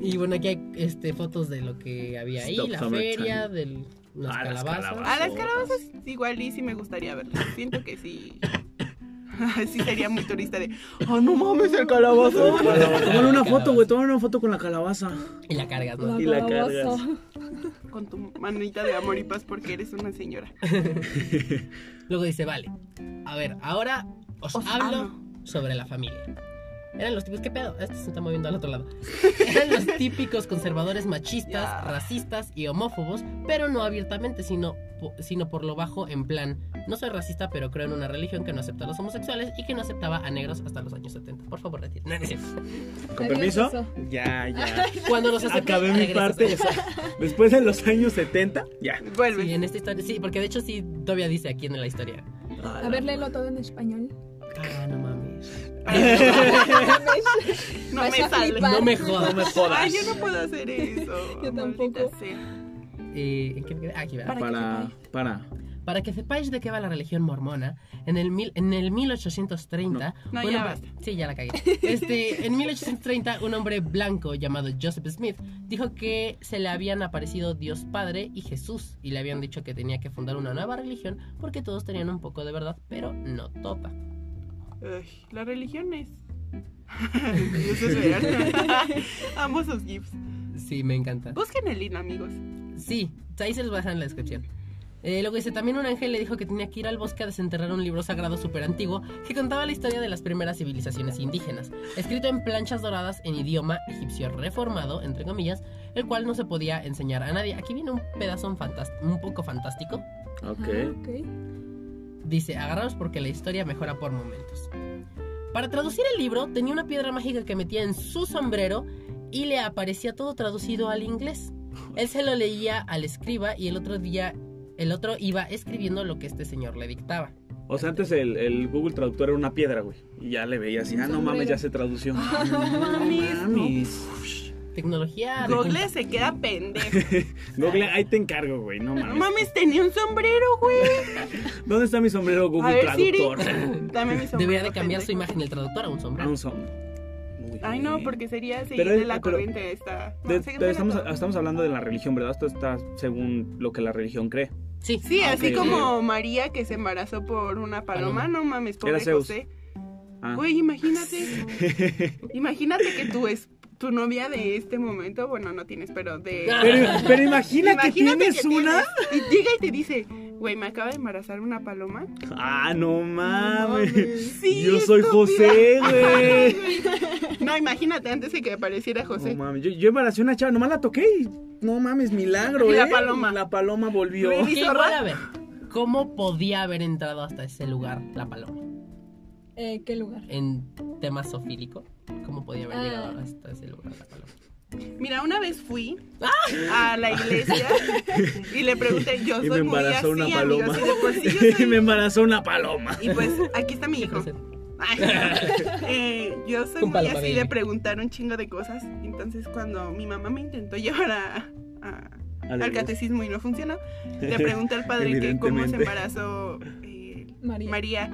Speaker 1: Y bueno, aquí hay este, fotos de lo que había ahí,
Speaker 4: Stop
Speaker 1: la
Speaker 4: summer
Speaker 1: feria, del, las
Speaker 4: Ah, las
Speaker 1: calabazas.
Speaker 4: calabazas.
Speaker 2: A las calabazas igual y sí me gustaría verlas. Siento que sí. sí sería muy turista de. ¡Ah, no mames el calabazo!
Speaker 4: Tómale una foto, güey. Tómale una foto con la calabaza.
Speaker 1: Y la cargas, ¿no?
Speaker 4: Y la
Speaker 3: calabaza.
Speaker 2: Con tu manita de amor y paz porque eres una señora.
Speaker 1: Luego dice, vale, a ver, ahora os,
Speaker 2: Os
Speaker 1: hablo
Speaker 2: hablo.
Speaker 1: sobre la familia. Eran los típicos, ¿qué pedo? Este se está moviendo al otro lado. Eran los típicos conservadores machistas,
Speaker 2: Ya.
Speaker 1: racistas y homófobos, pero no abiertamente, sino, po- sino por lo bajo en plan, no soy racista, pero creo en una religión que no acepta a los homosexuales y que no aceptaba a negros hasta los años 70. Por favor, retire. No, no es cierto.
Speaker 4: Con
Speaker 3: Adiós,
Speaker 4: permiso.
Speaker 3: eso.
Speaker 4: Ya, ya.
Speaker 1: Cuando los acepté,
Speaker 4: Acabé mi
Speaker 1: regresas.
Speaker 4: parte. Después de los años 70, ya.
Speaker 2: Vuelve.
Speaker 1: Sí, en esta historia, sí, porque de hecho sí, todavía dice aquí en la historia.
Speaker 3: A ver, léelo todo en español.
Speaker 1: Ah, no mames.
Speaker 2: No
Speaker 3: Vas
Speaker 2: me
Speaker 3: a
Speaker 2: sale.
Speaker 3: flipar.
Speaker 1: No me
Speaker 4: No
Speaker 1: jodas.
Speaker 4: me jodas.
Speaker 2: Ay, yo no puedo hacer eso.
Speaker 3: Yo tampoco.
Speaker 2: maldita sea.
Speaker 1: Eh, ¿en qué me quedé? Ah, aquí va.
Speaker 4: Para, para.
Speaker 1: Para que sepáis de qué va la religión mormona, en el, mil- en el 1830...
Speaker 2: No,
Speaker 1: un
Speaker 2: ya
Speaker 1: hombre-
Speaker 2: basta.
Speaker 1: Sí, ya la cagué. Este, en 1830, un hombre blanco llamado Joseph Smith dijo que se le habían aparecido Dios Padre y Jesús y le habían dicho que tenía que fundar una nueva religión porque todos tenían un poco de verdad, pero no topa.
Speaker 2: Ay, la religión es. Eso es real. Amo sus gifs.
Speaker 1: Sí, me encanta.
Speaker 2: Busquen el link, amigos.
Speaker 1: Sí, ahí se los voy a dejar en la descripción. Eh, luego dice, también un ángel le dijo que tenía que ir al bosque a desenterrar un libro sagrado súper antiguo que contaba la historia de las primeras civilizaciones indígenas, escrito en planchas doradas en idioma egipcio reformado, entre comillas, el cual no se podía enseñar a nadie. Aquí viene un pedazo un fantas- un poco fantástico.
Speaker 3: Ah,
Speaker 4: Ok.
Speaker 3: ok.
Speaker 1: Dice, agarraos porque la historia mejora por momentos. Para traducir el libro tenía una piedra mágica que metía en su sombrero y le aparecía todo traducido al inglés. Él se lo leía al escriba y el otro día, el otro iba escribiendo lo que este señor le dictaba.
Speaker 4: O sea, antes el, el Google Traductor era una piedra, güey. Y ya le veía así, ah, no mames, ya se tradució.
Speaker 3: Ah,
Speaker 4: No
Speaker 2: mames, no.
Speaker 4: mames.
Speaker 1: Tecnología. de
Speaker 2: Google
Speaker 1: punta.
Speaker 2: se queda pendejo.
Speaker 4: Google, ahí te encargo, güey, no
Speaker 2: No
Speaker 4: mames.
Speaker 2: mames, tenía un sombrero, güey.
Speaker 4: ¿Dónde está mi sombrero
Speaker 2: A
Speaker 4: Google
Speaker 2: ver, Siri.
Speaker 4: Traductor?
Speaker 2: Dame mi sombrero.
Speaker 1: Debería de cambiar su
Speaker 2: pendejo.
Speaker 1: imagen el traductor a un
Speaker 4: Ah,
Speaker 1: sombrero.
Speaker 4: un sombrero. Muy
Speaker 2: Ay, no,
Speaker 4: bien.
Speaker 2: porque sería seguir
Speaker 4: Pero
Speaker 2: de
Speaker 4: es-
Speaker 2: la
Speaker 4: pero-
Speaker 2: corriente de esta. No,
Speaker 4: De-
Speaker 2: seguir de
Speaker 4: de-
Speaker 2: la
Speaker 4: estamos,
Speaker 2: corriente.
Speaker 4: estamos hablando de la religión, ¿verdad? Esto está según lo que la religión cree.
Speaker 1: Sí.
Speaker 2: Sí,
Speaker 4: Ah,
Speaker 2: así
Speaker 4: ok,
Speaker 2: como María que se embarazó por una paloma,
Speaker 1: Paloma.
Speaker 2: no mames,
Speaker 4: Era
Speaker 2: pobre
Speaker 4: Zeus.
Speaker 2: José.
Speaker 4: Ah.
Speaker 2: Güey, imagínate, imagínate que tú es tu novia de este momento, bueno, no tienes, pero de
Speaker 4: pero, pero imagina que
Speaker 2: Imagínate
Speaker 4: tienes
Speaker 2: que
Speaker 4: una.
Speaker 2: tienes- y llega y te dice, "Güey, me acaba de embarazar una paloma."
Speaker 4: Ah, no mames.
Speaker 2: Sí,
Speaker 4: Yo soy
Speaker 2: estúpida.
Speaker 4: José, güey.
Speaker 2: No, imagínate antes de que apareciera José.
Speaker 4: No mames, yo, yo embaracé una chava, nomás la toqué y no mames, milagro,
Speaker 2: Y la
Speaker 4: ¿eh?
Speaker 2: paloma.
Speaker 4: La paloma volvió.
Speaker 2: Güey,
Speaker 1: Que
Speaker 2: Bizarra.
Speaker 1: igual, a ver, ¿cómo podía haber entrado hasta ese lugar la paloma?
Speaker 3: Eh, ¿Qué lugar?
Speaker 1: En tema sofílico, ¿cómo podía haber
Speaker 3: Ah.
Speaker 1: llegado hasta ese lugar la paloma?
Speaker 2: Mira, una vez fui a la iglesia y le pregunté, "Yo
Speaker 4: Ah. Y
Speaker 2: soy
Speaker 4: me
Speaker 2: muy así,
Speaker 4: embarazó una
Speaker 2: amigos,
Speaker 4: paloma.
Speaker 2: y de por sí yo
Speaker 4: Y
Speaker 2: soy-
Speaker 4: me embarazó una paloma.
Speaker 2: Y pues aquí está mi hijo. Ay, eh, yo soy
Speaker 1: Un
Speaker 2: muy
Speaker 1: paloma
Speaker 2: así
Speaker 1: baby.
Speaker 2: de preguntar un chingo de cosas. Entonces, cuando mi mamá me intentó llevar a- a- al catecismo y no funcionó, le pregunté al padre que cómo se
Speaker 4: Evidentemente.
Speaker 2: embarazó eh,
Speaker 3: María.
Speaker 2: María.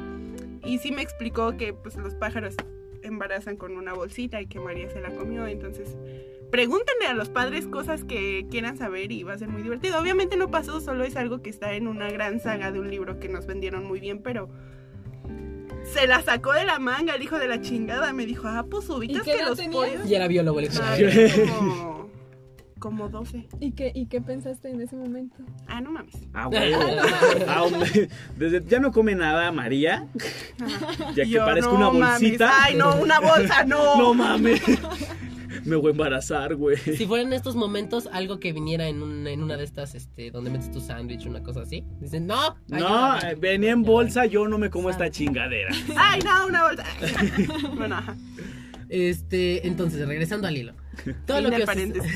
Speaker 2: Y sí me explicó que pues, los pájaros embarazan con una bolsita y que María se la comió. Entonces, pregúntenle a los padres cosas que quieran saber y va a ser muy divertido. Obviamente no pasó, solo es algo que está en una gran saga de un libro que nos vendieron muy bien, pero se la sacó de la manga el hijo de la chingada. Me dijo, ah, pues ubicas
Speaker 3: qué
Speaker 2: que
Speaker 3: edad
Speaker 2: los
Speaker 3: tenía?
Speaker 2: pollos.
Speaker 1: Y era biólogo el hijo de la
Speaker 2: Ah,
Speaker 1: verga.
Speaker 2: como, como 12.
Speaker 3: ¿Y qué, ¿Y qué pensaste en ese momento?
Speaker 2: Ah, no mames.
Speaker 4: Ah, huevo. Ah, hombre. Desde, ya no come nada, María. Ya que
Speaker 2: Yo,
Speaker 4: parezco
Speaker 2: no
Speaker 4: una
Speaker 2: mames.
Speaker 4: bolsita.
Speaker 2: Ay, no, una bolsa, no.
Speaker 4: No mames. Me voy a embarazar, güey.
Speaker 1: Si fueran estos momentos algo que viniera en, un- en una de estas, este, donde metes tu sándwich, una cosa así, dicen, no,
Speaker 4: No, eh,
Speaker 1: ayúdame".
Speaker 4: venía en bolsa, yo no me como esta chingadera.
Speaker 2: Ay, no, una bolsa. bueno, ajá.
Speaker 1: Este, entonces, regresando al hilo. Todo
Speaker 2: Fin
Speaker 1: lo
Speaker 2: del
Speaker 1: que os-
Speaker 2: paréntuyo.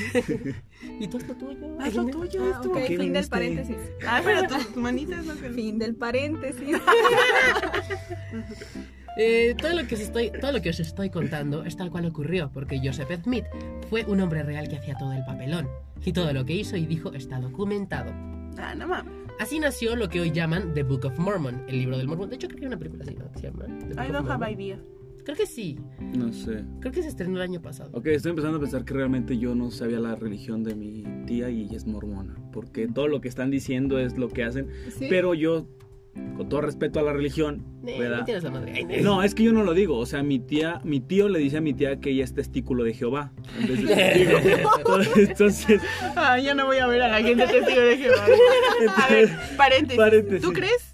Speaker 1: Y todo esto tuyo.
Speaker 2: Ay, lo tuyo
Speaker 3: Ah,
Speaker 2: es tu.
Speaker 3: ok, fin del
Speaker 4: viniste?
Speaker 3: paréntesis.
Speaker 2: Ah, pero tus manitas no se
Speaker 3: Fin del paréntesis.
Speaker 1: Eh, todo, lo que os estoy, todo lo que os estoy contando es tal cual ocurrió, porque Joseph Smith fue un hombre real que hacía todo el papelón. Y todo lo que hizo y dijo está documentado.
Speaker 2: Ah, no mames.
Speaker 1: Así nació lo que hoy llaman The Book of Mormon, el libro del Mormon. De hecho, creo que hay una película así, ¿no? Que se llama The Book
Speaker 2: Ay,
Speaker 1: of
Speaker 2: no,
Speaker 1: Mormon.
Speaker 2: Hawaii Beer.
Speaker 1: Creo que sí.
Speaker 4: No sé.
Speaker 1: Creo que se estrenó el año pasado.
Speaker 4: Ok, estoy empezando a pensar que realmente yo no sabía la religión de mi tía y ella es mormona. Porque todo lo que están diciendo es lo que hacen.
Speaker 3: ¿Sí?
Speaker 4: Pero yo, con todo respeto a la religión,
Speaker 1: Eh,
Speaker 4: ¿verdad?
Speaker 1: me tienes la madre. Ay, no.
Speaker 4: No, es que yo no lo digo. O sea, mi tía, mi tío le dice a mi tía que ella es testículo de Jehová. En vez de testigo. Entonces,
Speaker 2: Ah, ya no voy a ver a la gente testigo de Jehová. A ver,
Speaker 4: entonces,
Speaker 2: paréntesis.
Speaker 4: Paréntesis.
Speaker 2: ¿Tú crees?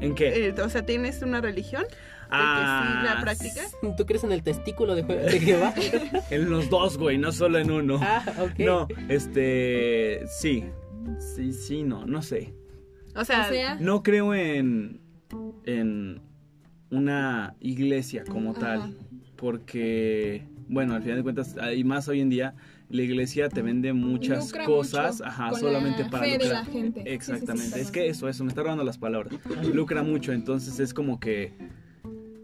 Speaker 4: ¿en qué?
Speaker 2: eh, o sea, ¿tienes una religión? ¿De que
Speaker 4: Ah,
Speaker 2: sí la practicas?
Speaker 1: ¿Tú crees en el testículo de, Jue- de Jehová?
Speaker 4: En los dos, güey, no solo en uno.
Speaker 1: ah, ok.
Speaker 4: No, este, sí. Sí, sí, no, no sé.
Speaker 2: O sea,
Speaker 3: O sea,
Speaker 4: No creo en en una iglesia como
Speaker 3: Ajá.
Speaker 4: tal, porque bueno, al final de cuentas, y más hoy en día la iglesia te vende muchas
Speaker 3: lucra
Speaker 4: cosas,
Speaker 3: mucho
Speaker 4: ajá,
Speaker 3: con
Speaker 4: solamente
Speaker 3: la
Speaker 4: para
Speaker 3: fe de
Speaker 4: lucrar.
Speaker 3: la gente. Sí, sí, sí,
Speaker 4: Exactamente. es
Speaker 3: perdón.
Speaker 4: que eso, eso, me está robando las palabras. Lucra mucho, entonces es como que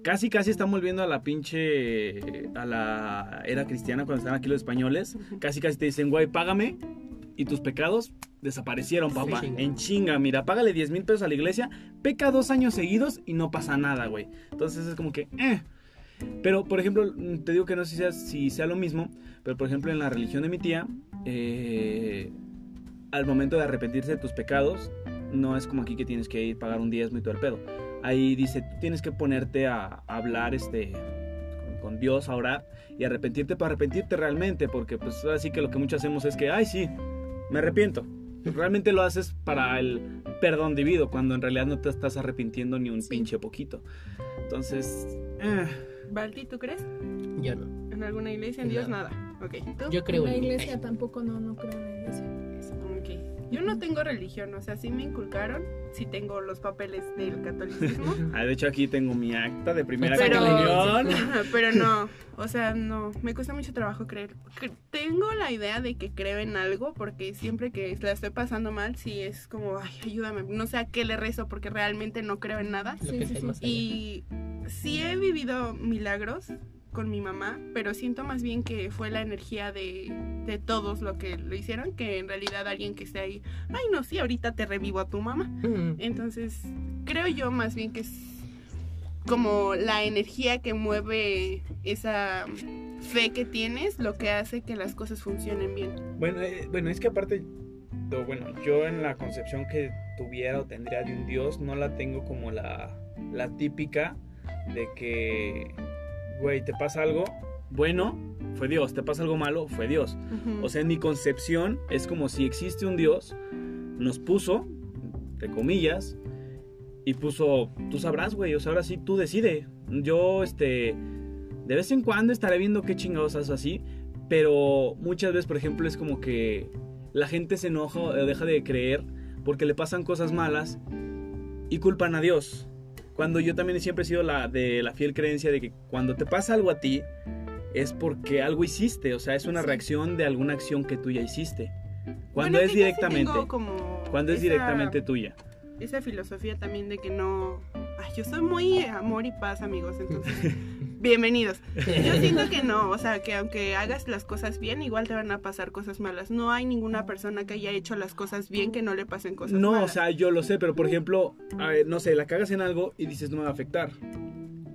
Speaker 4: casi, casi están volviendo a la pinche, a la era cristiana cuando están aquí los españoles. Casi, casi te dicen, güey, págame y tus pecados desaparecieron, papá.
Speaker 1: Sí.
Speaker 4: En chinga, mira, págale 10 mil pesos a la iglesia, peca dos años seguidos y no pasa nada, güey. Entonces es como que, eh. Pero, por ejemplo, mm, te digo que no sé si sea, si sea lo mismo, pero por ejemplo en la religión de mi tía, eh, al momento de arrepentirse de tus pecados, no es como aquí que tienes que ir pagar un diezmo y todo el pedo. Ahí dice, tú tienes que ponerte a hablar este, con, con Dios, a orar y arrepentirte para arrepentirte realmente, porque pues así que lo que muchos hacemos es que, ay, sí, me arrepiento. Realmente lo haces para el perdón debido, cuando en realidad no te estás arrepintiendo ni un
Speaker 3: Sí.
Speaker 4: pinche poquito. Entonces, eh,
Speaker 2: Balti, ¿tú crees?
Speaker 1: Yo no.
Speaker 2: ¿En alguna iglesia? En Dios, nada. Ok, ¿tú?
Speaker 1: Yo creo
Speaker 3: la
Speaker 1: en
Speaker 3: iglesia tampoco no, no creo en la iglesia.
Speaker 2: Ok. Yo no tengo religión, o sea, sí me inculcaron, sí tengo los papeles del catolicismo,
Speaker 4: Ah, de hecho, aquí tengo mi acta de primera
Speaker 2: Pero-
Speaker 4: comunión.
Speaker 2: Ajá, pero no, o sea, no, me cuesta mucho trabajo creer. Cre- Tengo la idea de que creo en algo porque siempre que la estoy pasando mal, sí es como, ay, ayúdame, no sé a qué le rezo porque realmente no creo en nada.
Speaker 1: Lo
Speaker 3: Sí,
Speaker 1: que
Speaker 3: sí,
Speaker 1: hay
Speaker 3: sí.
Speaker 1: más allá.
Speaker 2: Y sí he vivido milagros con mi mamá, pero siento más bien que fue la energía de, de todos lo que lo hicieron, que en realidad alguien que esté ahí, ay no, sí, ahorita te revivo a tu mamá.
Speaker 1: Mm.
Speaker 2: Entonces, creo yo más bien que es como la energía que mueve esa fe que tienes lo que hace que las cosas funcionen bien.
Speaker 4: Bueno, eh, bueno, es que aparte, o bueno, yo en la concepción que tuviera o tendría de un dios, no la tengo como la, la típica de que, güey, te pasa algo bueno, fue Dios, te pasa algo malo, fue Dios. O sea, en mi concepción es como si existe un Dios, nos puso, entre comillas, y puso, tú sabrás, güey, o sea, ahora sí tú decide. Yo, este, de vez en cuando estaré viendo qué chingados haces así, pero muchas veces, por ejemplo, es como que la gente se enoja o deja de creer porque le pasan cosas malas y culpan a Dios. Cuando yo también siempre he sido la de la fiel creencia de que cuando te pasa algo a ti es porque algo hiciste, o sea, es una
Speaker 3: Sí.
Speaker 4: reacción de alguna acción que tú ya hiciste.
Speaker 2: Bueno,
Speaker 4: Cuando es
Speaker 2: que casi
Speaker 4: directamente,
Speaker 2: tengo como
Speaker 4: cuando es
Speaker 2: esa-
Speaker 4: directamente tuya.
Speaker 2: esa filosofía también de que no. Ay, yo soy muy amor y paz, amigos, entonces. Bienvenidos. Yo siento que no, o sea, que aunque hagas las cosas bien, igual te van a pasar cosas malas. No hay ninguna persona que haya hecho las cosas bien que no le pasen cosas
Speaker 4: No,
Speaker 2: malas.
Speaker 4: o sea, yo lo sé, pero por ejemplo, a ver, no sé, la cagas en algo y dices no me va a afectar.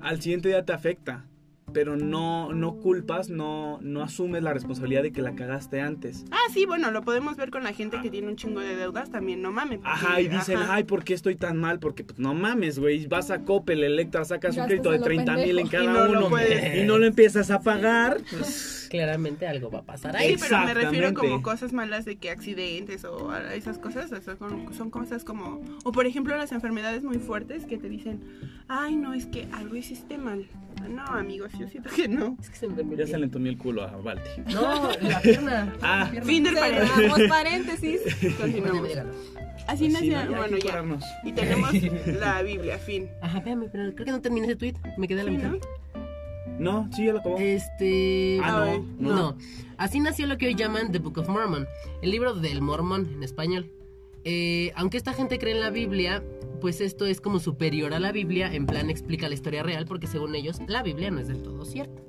Speaker 4: Al siguiente día te afecta, pero no, no culpas, no, no asumes la responsabilidad de que la cagaste antes.
Speaker 2: Ah, sí, bueno, lo podemos ver con la gente que tiene un chingo de deudas también, no mames.
Speaker 4: Ajá, y dicen, ay, ¿por qué estoy tan mal? Porque pues, no mames, güey, vas a Coppel, Electra, sacas
Speaker 3: Gastas
Speaker 4: un crédito de
Speaker 3: a lo
Speaker 4: 30 mil en
Speaker 3: pendejo.
Speaker 4: cada
Speaker 2: Y no lo
Speaker 4: uno
Speaker 2: puedes.
Speaker 4: y no lo empiezas a pagar. pues,
Speaker 1: Claramente algo va a pasar
Speaker 2: Sí,
Speaker 1: ahí.
Speaker 2: pero me refiero
Speaker 4: Exactamente.
Speaker 2: como cosas malas de que accidentes o a esas cosas, o sea, con- son cosas como, o por ejemplo las enfermedades muy fuertes que te dicen, ay no, es que algo hiciste mal. No, amigos, yo siento que no.
Speaker 1: Es que se me durmió
Speaker 4: ya
Speaker 1: el
Speaker 4: se le entumió el culo a Valdi.
Speaker 1: pie. No, la pierna.
Speaker 4: Ah.
Speaker 2: Fin del paréntesis.
Speaker 3: Cerramos paréntesis.
Speaker 2: Continuamos. Así
Speaker 4: Pues sí,
Speaker 2: nació,
Speaker 4: ¿no? Ya hay
Speaker 2: bueno,
Speaker 4: que
Speaker 2: ya.
Speaker 4: pararnos.
Speaker 2: Y tenemos la Biblia, fin.
Speaker 1: Ajá, espérame, pero creo que no terminé ese tweet. Me quedé a la
Speaker 2: Sí,
Speaker 1: mitad.
Speaker 2: ¿no?
Speaker 4: No, sí, ya lo
Speaker 2: Eh,
Speaker 4: acabó.
Speaker 1: Este.
Speaker 4: Ah,
Speaker 2: ay,
Speaker 4: no, no.
Speaker 1: No. Así nació lo que hoy llaman The Book of Mormon, el libro del mormón en español. Eh, aunque esta gente cree en la Biblia, pues esto es como superior a la Biblia, en plan explica la historia real, porque según ellos la Biblia no es del todo cierta.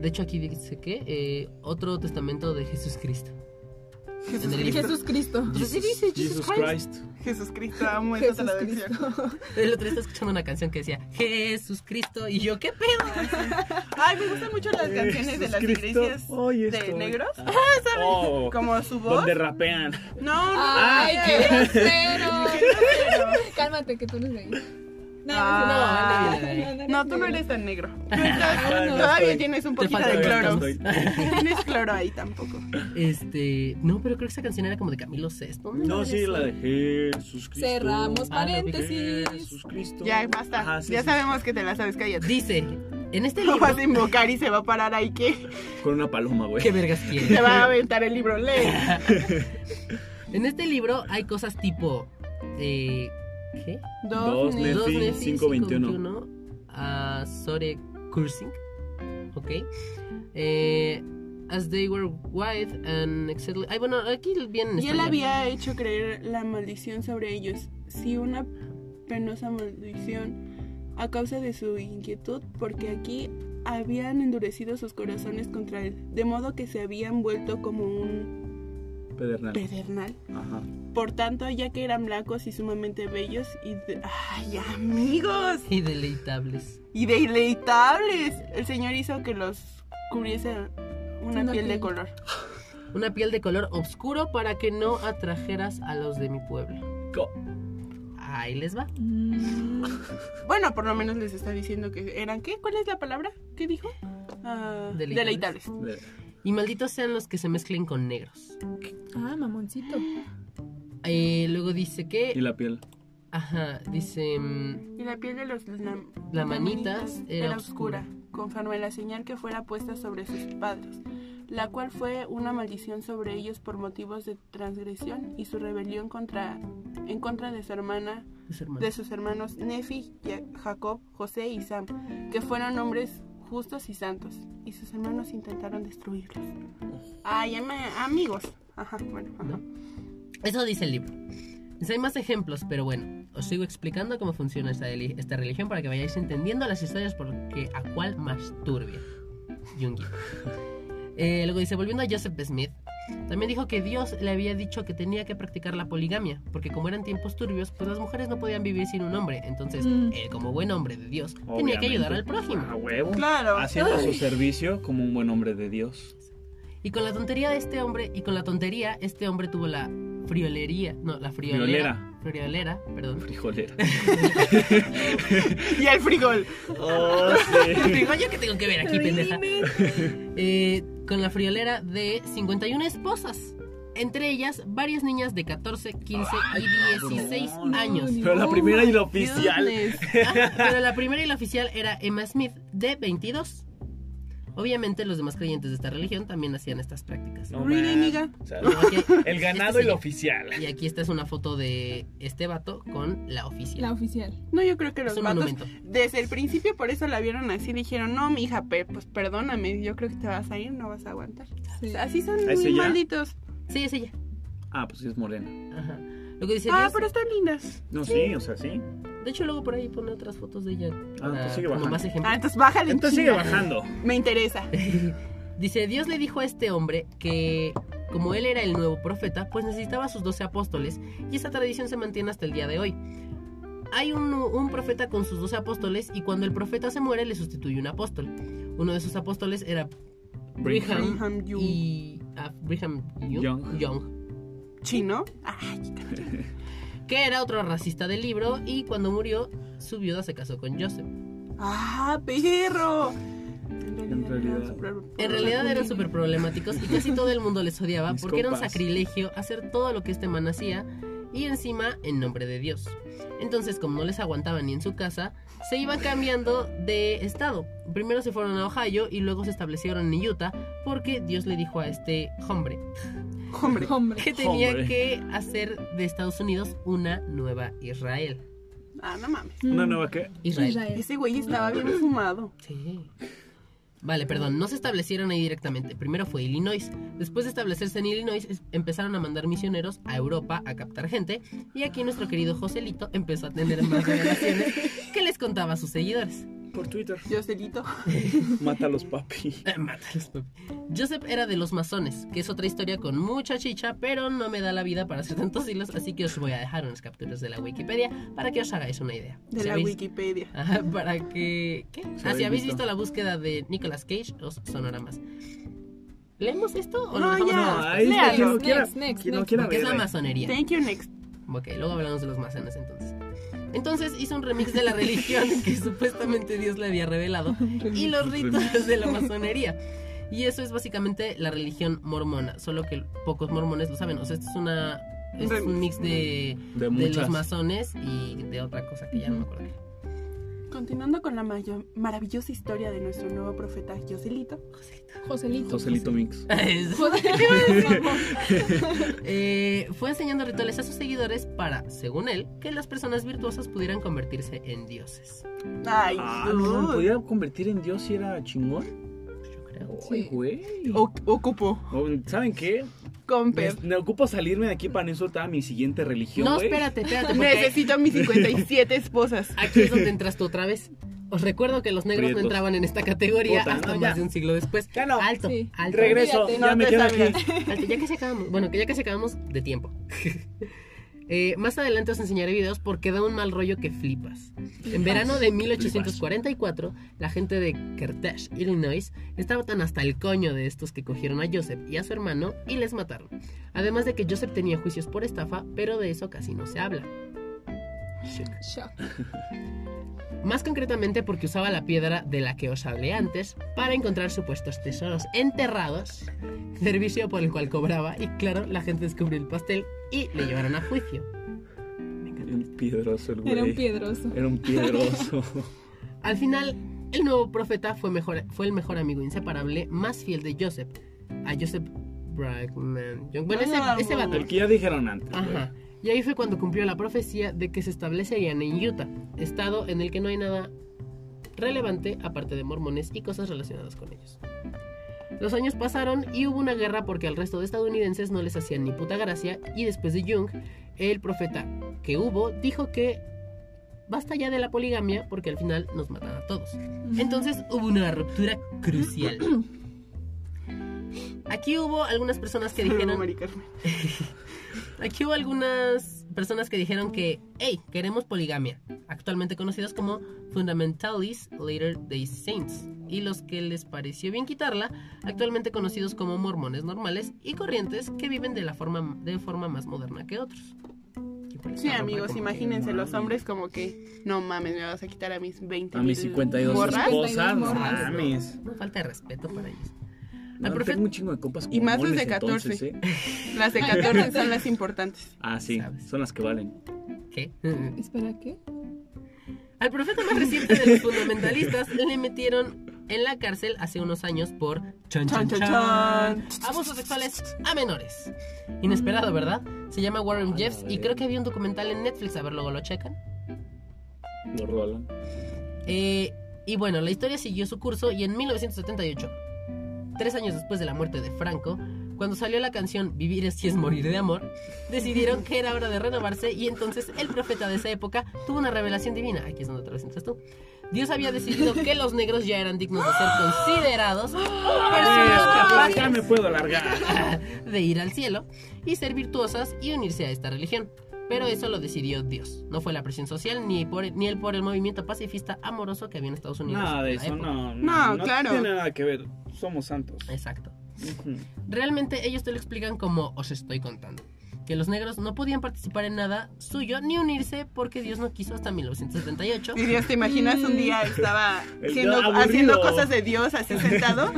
Speaker 1: De hecho aquí dice que eh, otro testamento de Jesús Cristo. En el libro.
Speaker 3: Jesús Cristo.
Speaker 1: Pues sí dice Jesus Christ.
Speaker 2: Jesús Cristo, amo esa
Speaker 3: Jesús
Speaker 2: traducción.
Speaker 3: Cristo.
Speaker 1: El otro día estaba escuchando una canción que decía Jesús Cristo y yo qué pedo.
Speaker 2: Ay, me gustan mucho las canciones de las iglesias de negros, Ah,
Speaker 4: Oh,
Speaker 2: como su voz.
Speaker 4: donde rapean.
Speaker 2: No, no,
Speaker 3: Ay,
Speaker 2: no,
Speaker 3: qué
Speaker 2: no,
Speaker 3: grosero.
Speaker 2: no, no.
Speaker 3: Cálmate, que tú no eres negro. No,
Speaker 2: Ah.
Speaker 3: no, no, no,
Speaker 2: No, tú no
Speaker 3: negro.
Speaker 2: eres tan negro.
Speaker 4: Ah, no
Speaker 2: Todavía
Speaker 4: estoy.
Speaker 2: tienes un
Speaker 1: Te
Speaker 2: poquito
Speaker 1: falta
Speaker 2: de
Speaker 1: ver,
Speaker 2: cloro.
Speaker 4: no estoy.
Speaker 2: tienes cloro ahí tampoco.
Speaker 1: Este, no, pero creo que esa canción era como de Camilo Sesto.
Speaker 4: No, sí, la de Jesús Cristo.
Speaker 3: Cerramos
Speaker 1: Ah, no,
Speaker 3: paréntesis.
Speaker 4: Jesús Cristo.
Speaker 2: Ya, basta.
Speaker 4: Ajá, sí,
Speaker 2: ya
Speaker 4: sí,
Speaker 2: sabemos que te la sabes, cállate.
Speaker 1: Dice, en este
Speaker 2: Lo
Speaker 1: libro
Speaker 2: vas a invocar y se va a parar ahí que
Speaker 4: sí. Con una paloma, güey.
Speaker 1: ¿Qué vergas quieres?
Speaker 2: se va a aventar el libro. Lee.
Speaker 1: En este libro hay cosas tipo. eh, ¿Qué?
Speaker 4: Dos
Speaker 2: ne-
Speaker 4: Nefi,
Speaker 1: Dos Nefi,
Speaker 4: 521.
Speaker 1: 521, a ah, Sore Cursing. Ok. Eh, as they were wide and excellent. Ay, bueno, aquí bien. en
Speaker 2: Y él
Speaker 1: español.
Speaker 2: había hecho creer la maldición sobre ellos. Sí, una penosa maldición a causa de su inquietud, porque aquí habían endurecido sus corazones contra él, de modo que se habían vuelto como un
Speaker 4: Pedernal.
Speaker 2: pedernal.
Speaker 4: Ajá.
Speaker 2: Por tanto, ya que eran blancos y sumamente bellos y de- ¡Ay, amigos!
Speaker 1: Y deleitables.
Speaker 2: Y deleitables. El Señor hizo que los cubriese una,
Speaker 3: Una
Speaker 2: piel de
Speaker 3: piel.
Speaker 2: color.
Speaker 1: Una piel de color oscuro para que no atrajeras a los de mi pueblo.
Speaker 4: Co-
Speaker 1: Ahí les va.
Speaker 3: Mm,
Speaker 2: Bueno, por lo menos les está diciendo que eran ¿qué? ¿Cuál es la palabra? ¿Qué dijo? Ah,
Speaker 1: Deleitables.
Speaker 2: deleitables.
Speaker 4: de-
Speaker 1: Y malditos sean los que se mezclen con negros.
Speaker 3: Ah, mamoncito.
Speaker 1: Eh, luego dice
Speaker 4: Y
Speaker 1: que.
Speaker 4: la piel.
Speaker 1: Ajá, dice. mm,
Speaker 2: Y la piel de los lam-
Speaker 1: Lamanitas
Speaker 2: lamanitas
Speaker 1: era
Speaker 2: era oscura, conforme a la señal que fuera puesta sobre sus padres. la cual fue una maldición sobre ellos por motivos de transgresión y su rebelión contra, en contra de su hermana,
Speaker 1: Es hermano.
Speaker 2: de sus hermanos Nefi, Ya- Jacob, José y Sam, que fueron hombres justos y santos, y sus hermanos intentaron destruirlos. Ay, ama- amigos. Ajá, bueno. ajá.
Speaker 1: ¿no? Eso dice el libro. Sí, Hay más ejemplos, pero bueno, os sigo explicando cómo funciona esta, deli- esta religión para que vayáis entendiendo las historias porque a cuál más turbia. Jungi. Eh, luego dice, volviendo a Joseph Smith, también dijo que Dios le había dicho que tenía que practicar la poligamia, porque como eran tiempos turbios, pues las mujeres no podían vivir sin un hombre, entonces
Speaker 3: Mm.
Speaker 1: él como buen hombre de Dios tenía que
Speaker 4: Obviamente.
Speaker 1: ayudar al prójimo.
Speaker 4: A Ah, huevo.
Speaker 2: Claro.
Speaker 4: Haciendo su servicio como un buen hombre de Dios.
Speaker 1: Y con la tontería de este hombre, y con la tontería, este hombre tuvo la friolería, no, la friolera. Friolera. perdón.
Speaker 4: Frijolera.
Speaker 2: Y el frijol.
Speaker 4: Oh, sí.
Speaker 1: Digo, yo que tengo que ver aquí, pendeja. Eh, con la friolera de 51 esposas. Entre ellas, varias niñas de 14, 15 y 16
Speaker 4: cabrón.
Speaker 1: años.
Speaker 4: Pero la primera y la oficial.
Speaker 1: Ah, pero la primera y la oficial era Emma Smith, de 22. Obviamente, los demás creyentes de esta religión también hacían estas prácticas.
Speaker 4: No
Speaker 2: Really,
Speaker 4: mames.
Speaker 2: nigga?
Speaker 4: O sea,
Speaker 1: Ok,
Speaker 4: el ganado y
Speaker 1: este
Speaker 4: la
Speaker 1: señor.
Speaker 4: oficial.
Speaker 1: Y aquí esta es una foto de este vato con la oficial.
Speaker 3: La oficial.
Speaker 2: No, yo creo que
Speaker 1: es
Speaker 2: los
Speaker 1: un
Speaker 2: vatos
Speaker 1: monumento.
Speaker 2: desde el principio por eso la vieron así. Dijeron, no, mija, pe- pues perdóname, yo creo que te vas a ir, no vas a aguantar.
Speaker 3: Sí.
Speaker 2: Así son
Speaker 4: ¿Ah, es
Speaker 2: muy
Speaker 4: ella?
Speaker 2: malditos.
Speaker 1: Sí, es ella.
Speaker 4: Ah, pues sí es morena.
Speaker 1: Ajá. Lo que dice
Speaker 2: Ah,
Speaker 1: Dios-
Speaker 2: pero están lindas.
Speaker 4: No, sí, o sea, sí.
Speaker 1: De hecho, luego por ahí pone otras fotos de ella. para-
Speaker 4: Ah, sigue
Speaker 1: como
Speaker 4: bajando.
Speaker 1: más ejemplos.
Speaker 2: Ah, entonces bájale. en
Speaker 4: Entonces sigue
Speaker 2: chinga.
Speaker 4: bajando.
Speaker 2: Me interesa.
Speaker 1: Dice, Dios le dijo a este hombre que como él era el nuevo profeta, pues necesitaba a sus doce apóstoles y esa tradición se mantiene hasta el día de hoy. Hay un, un profeta con sus doce apóstoles y cuando el profeta se muere le sustituye un apóstol. Uno de sus apóstoles era Brigham
Speaker 2: Brigham Young.
Speaker 1: y... ah, Brigham Young,
Speaker 4: Young.
Speaker 1: Young,
Speaker 2: ¿Chino? Ay,
Speaker 1: que era otro racista del libro y cuando murió su viuda se casó con Joseph.
Speaker 2: ah, perro. En
Speaker 4: realidad.
Speaker 1: En realidad eran súper problemáticos y casi todo el mundo les odiaba
Speaker 4: Mis
Speaker 1: porque era un
Speaker 4: compas.
Speaker 1: sacrilegio hacer todo lo que este man hacía y encima en nombre de Dios. Entonces, como no les aguantaban ni en su casa, se iban cambiando de estado. Primero se fueron a Ohio y luego se establecieron en Utah porque Dios le dijo a este hombre
Speaker 2: Hombre.
Speaker 3: Hombre.
Speaker 1: que tenía
Speaker 4: Hombre.
Speaker 1: que hacer de Estados Unidos una nueva Israel.
Speaker 2: Ah, no mames.
Speaker 4: Una
Speaker 3: Mm.
Speaker 4: nueva que.
Speaker 1: Israel.
Speaker 3: Israel.
Speaker 2: Ese güey estaba bien fumado.
Speaker 1: Sí. Vale, perdón, no se establecieron ahí directamente. Primero fue Illinois. Después de establecerse en Illinois, es- empezaron a mandar misioneros a Europa a captar gente. Y aquí nuestro querido Joselito empezó a tener más relaciones que les contaba a sus seguidores.
Speaker 4: Por Twitter.
Speaker 2: Yo celito.
Speaker 4: Mata a los papi.
Speaker 1: Eh, mátalos, papi. Joseph era de los masones, que es otra historia con mucha chicha, pero no me da la vida para hacer tantos hilos, así que os voy a dejar unas capturas de la Wikipedia para que os hagáis una idea.
Speaker 2: De
Speaker 1: Si
Speaker 2: la
Speaker 1: habéis-
Speaker 2: Wikipedia.
Speaker 1: Ajá, para que... ¿Qué?
Speaker 4: Si
Speaker 1: Ah, si
Speaker 4: habéis
Speaker 1: habéis
Speaker 4: visto.
Speaker 1: visto la búsqueda de Nicolas Cage, os sonará más. ¿Leemos esto o
Speaker 2: No,
Speaker 1: lo dejamos
Speaker 2: ya.
Speaker 1: para después?
Speaker 4: Ahí
Speaker 2: Léalo.
Speaker 4: quien lo
Speaker 3: Next,
Speaker 4: quiera.
Speaker 3: next,
Speaker 4: Quien lo
Speaker 3: next.
Speaker 4: quiera
Speaker 1: Porque
Speaker 4: ver.
Speaker 1: es la
Speaker 4: güey.
Speaker 1: masonería.
Speaker 2: Thank you, next.
Speaker 1: Ok, luego hablamos de los masones entonces. Entonces hizo un remix de la religión que supuestamente Dios le había revelado y los ritos de la masonería. Y eso es básicamente la religión mormona, solo que pocos mormones lo saben. O sea, esto es una es un mix de,
Speaker 4: De
Speaker 1: de los
Speaker 4: muchas.
Speaker 1: masones y de otra cosa que ya no me acuerdo.
Speaker 2: Continuando con la mayo- maravillosa historia de nuestro nuevo profeta Joselito.
Speaker 3: Joselito.
Speaker 4: Joselito Mix.
Speaker 1: Eh, fue enseñando rituales a sus seguidores para, según él, que las personas virtuosas pudieran convertirse en dioses.
Speaker 2: Ay,
Speaker 4: Ah,
Speaker 2: dude.
Speaker 4: no, ¿me podía convertir en Dios si era chingón?
Speaker 1: Pues Yo creo.
Speaker 4: Ay,
Speaker 3: Sí.
Speaker 4: güey.
Speaker 2: O- ocupo.
Speaker 4: Oh, ¿Saben qué? Me,
Speaker 2: Comper.
Speaker 4: me ocupo salirme de aquí para no insultar a mi siguiente religión,
Speaker 1: No,
Speaker 4: güey.
Speaker 1: espérate, espérate, porque
Speaker 2: Necesito a mis 57 esposas.
Speaker 1: aquí es donde entras tú otra vez. Os recuerdo que los negros no
Speaker 4: Prietos.
Speaker 1: entraban en esta categoría
Speaker 4: Puta,
Speaker 1: hasta
Speaker 4: no,
Speaker 1: más
Speaker 4: ya.
Speaker 1: de un siglo después.
Speaker 4: Ya no.
Speaker 1: Alto,
Speaker 3: Sí.
Speaker 1: alto.
Speaker 4: Regreso.
Speaker 3: Olvídate,
Speaker 4: ya
Speaker 2: no
Speaker 4: me
Speaker 2: te
Speaker 4: quedo aquí.
Speaker 2: salgas.
Speaker 1: Alto, ya que se acabamos. Bueno, que ya que se acabamos de tiempo. Eh, más adelante os enseñaré videos porque da un mal rollo que flipas. En verano de 1844, la gente de Kertesh, Illinois, estaba tan hasta el coño de estos que cogieron a Joseph y a su hermano y les mataron. Además de que Joseph tenía juicios por estafa, pero de eso casi no se habla. Shook.
Speaker 3: Shock.
Speaker 1: Más concretamente porque usaba la piedra de la que os hablé antes para encontrar supuestos tesoros enterrados, servicio por el cual cobraba y claro, la gente descubrió el pastel y le llevaron a juicio.
Speaker 4: Un piedroso el güey.
Speaker 3: Era un piedroso.
Speaker 4: Era un piedroso.
Speaker 1: Al final, el nuevo profeta fue, mejor- fue el mejor amigo inseparable más fiel de Joseph, a Joseph Bragman. Yo- Bueno, ese,
Speaker 2: Vamos.
Speaker 1: ese vato.
Speaker 4: El que ya dijeron antes. güey.
Speaker 1: Ajá. Y ahí fue cuando cumplió la profecía de que se establecerían en Utah, estado en el que no hay nada relevante aparte de mormones y cosas relacionadas con ellos. Los años pasaron y hubo una guerra porque al resto de estadounidenses no les hacían ni puta gracia y después de Jung, el profeta que hubo dijo que basta ya de la poligamia porque al final nos matan a todos. Entonces hubo una ruptura crucial. Aquí hubo algunas personas que
Speaker 2: Pero,
Speaker 1: dijeron
Speaker 2: Mari Carmen.
Speaker 1: Aquí hubo algunas personas que dijeron que, hey, queremos poligamia, actualmente conocidos como Fundamentalists Later Day Saints, y los que les pareció bien quitarla, actualmente conocidos como mormones normales y corrientes que viven de, la forma, de forma más moderna que otros. Y por
Speaker 2: Sí,
Speaker 1: esa ropa
Speaker 2: amigos,
Speaker 1: como
Speaker 2: imagínense,
Speaker 4: no
Speaker 2: los
Speaker 4: mames.
Speaker 2: hombres como que, no mames, me vas a quitar a mis 20
Speaker 4: A mis
Speaker 2: mil
Speaker 4: 52
Speaker 2: morras.
Speaker 3: esposos.
Speaker 4: esposas. No
Speaker 3: Morras.
Speaker 4: mames.
Speaker 1: que- No falta de respeto para ellos.
Speaker 4: No,
Speaker 1: profe-
Speaker 4: Tengo un chingo de compas.
Speaker 2: Y más los
Speaker 4: mormones,
Speaker 2: de 14.
Speaker 4: entonces, ¿eh?
Speaker 2: Las de 14 son las importantes.
Speaker 4: Ah, sí.
Speaker 1: Sabes.
Speaker 4: Son las que valen.
Speaker 1: ¿Qué?
Speaker 3: Espera, ¿qué?
Speaker 1: Al profeta más reciente de los fundamentalistas le metieron en la cárcel hace unos años por chan,
Speaker 2: Chan,
Speaker 1: chan,
Speaker 2: chan,
Speaker 1: chan,
Speaker 2: chan.
Speaker 1: abusos sexuales a menores. Inesperado, ¿verdad? Se llama
Speaker 4: Ah,
Speaker 1: Warren
Speaker 4: la
Speaker 1: Jeffs y
Speaker 4: verga.
Speaker 1: creo que había un documental en Netflix, a ver, luego lo checan.
Speaker 4: Lo rolan.
Speaker 1: Eh, y bueno, la historia siguió su curso y en 1978, tres años después de la muerte de Franco, cuando salió la canción Vivir así es morir de amor, decidieron que era hora de renovarse y entonces el profeta de esa época tuvo una revelación divina. Aquí es donde otra vez entras tú. Dios había decidido que los negros ya eran dignos de ser considerados personas
Speaker 4: Ah,
Speaker 1: capaces
Speaker 4: ya me puedo largar.
Speaker 1: de ir al cielo y ser virtuosas y unirse a esta religión. Pero eso lo decidió Dios. No fue la presión social ni, por, ni el por el movimiento pacifista amoroso que había en Estados Unidos.
Speaker 4: Nada de
Speaker 1: en la
Speaker 4: eso,
Speaker 1: época.
Speaker 4: no.
Speaker 2: No, claro.
Speaker 4: tiene nada que ver. Somos santos.
Speaker 1: Exacto.
Speaker 4: Ujú.
Speaker 1: Realmente ellos te lo explican como os estoy contando. Que los negros no podían participar en nada suyo ni unirse porque Dios no quiso hasta 1978.
Speaker 2: Y Dios, ¿te imaginas? Un día estaba
Speaker 4: Mm. El
Speaker 2: haciendo,
Speaker 4: día aburrido.
Speaker 2: haciendo cosas de Dios así sentado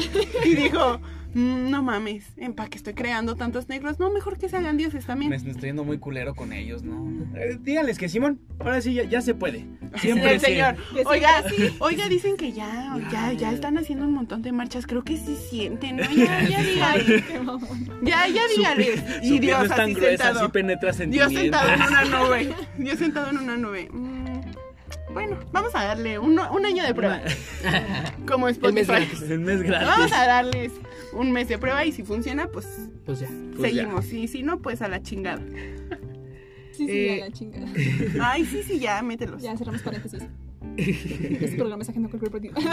Speaker 2: y dijo, "Mm, no mames, en pa' que estoy creando tantos negros, no, mejor que se hagan dioses también.
Speaker 5: Me me estoy yendo muy culero con ellos, ¿no?
Speaker 4: Eh, díganles que Simón, ahora sí ya, ya se puede.
Speaker 2: Señor,
Speaker 4: Siempre se.
Speaker 2: señor.
Speaker 3: Que sí,
Speaker 2: Oiga,
Speaker 3: que sí.
Speaker 2: oiga, dicen que ya, ya, ya están haciendo un montón de marchas. Creo que sí sienten, ¿no? Ya, ya dígale.
Speaker 3: Qué mamón.
Speaker 2: Ya, ya dígale. Y
Speaker 4: Su piel
Speaker 2: Dios
Speaker 4: no es tan
Speaker 2: así
Speaker 4: gruesa,
Speaker 2: sentado.
Speaker 4: así penetra
Speaker 2: Dios
Speaker 4: sentimientos.
Speaker 2: sentado en una nube. Dios sentado en una nube. Mm, bueno, vamos a darle uno- un año de prueba. Como Spotify.
Speaker 4: El mes gratis.
Speaker 2: Vamos a darles un mes de prueba y si funciona, pues,
Speaker 1: Pues ya.
Speaker 4: Pues ya.
Speaker 2: seguimos. Y si no, pues a la chingada.
Speaker 3: Sí, sí,
Speaker 1: Eh,
Speaker 3: ya la chingada.
Speaker 2: Ay, sí, sí, ya, mételos.
Speaker 3: Ya cerramos paréntesis. Este programa es ajeno a cualquier partido.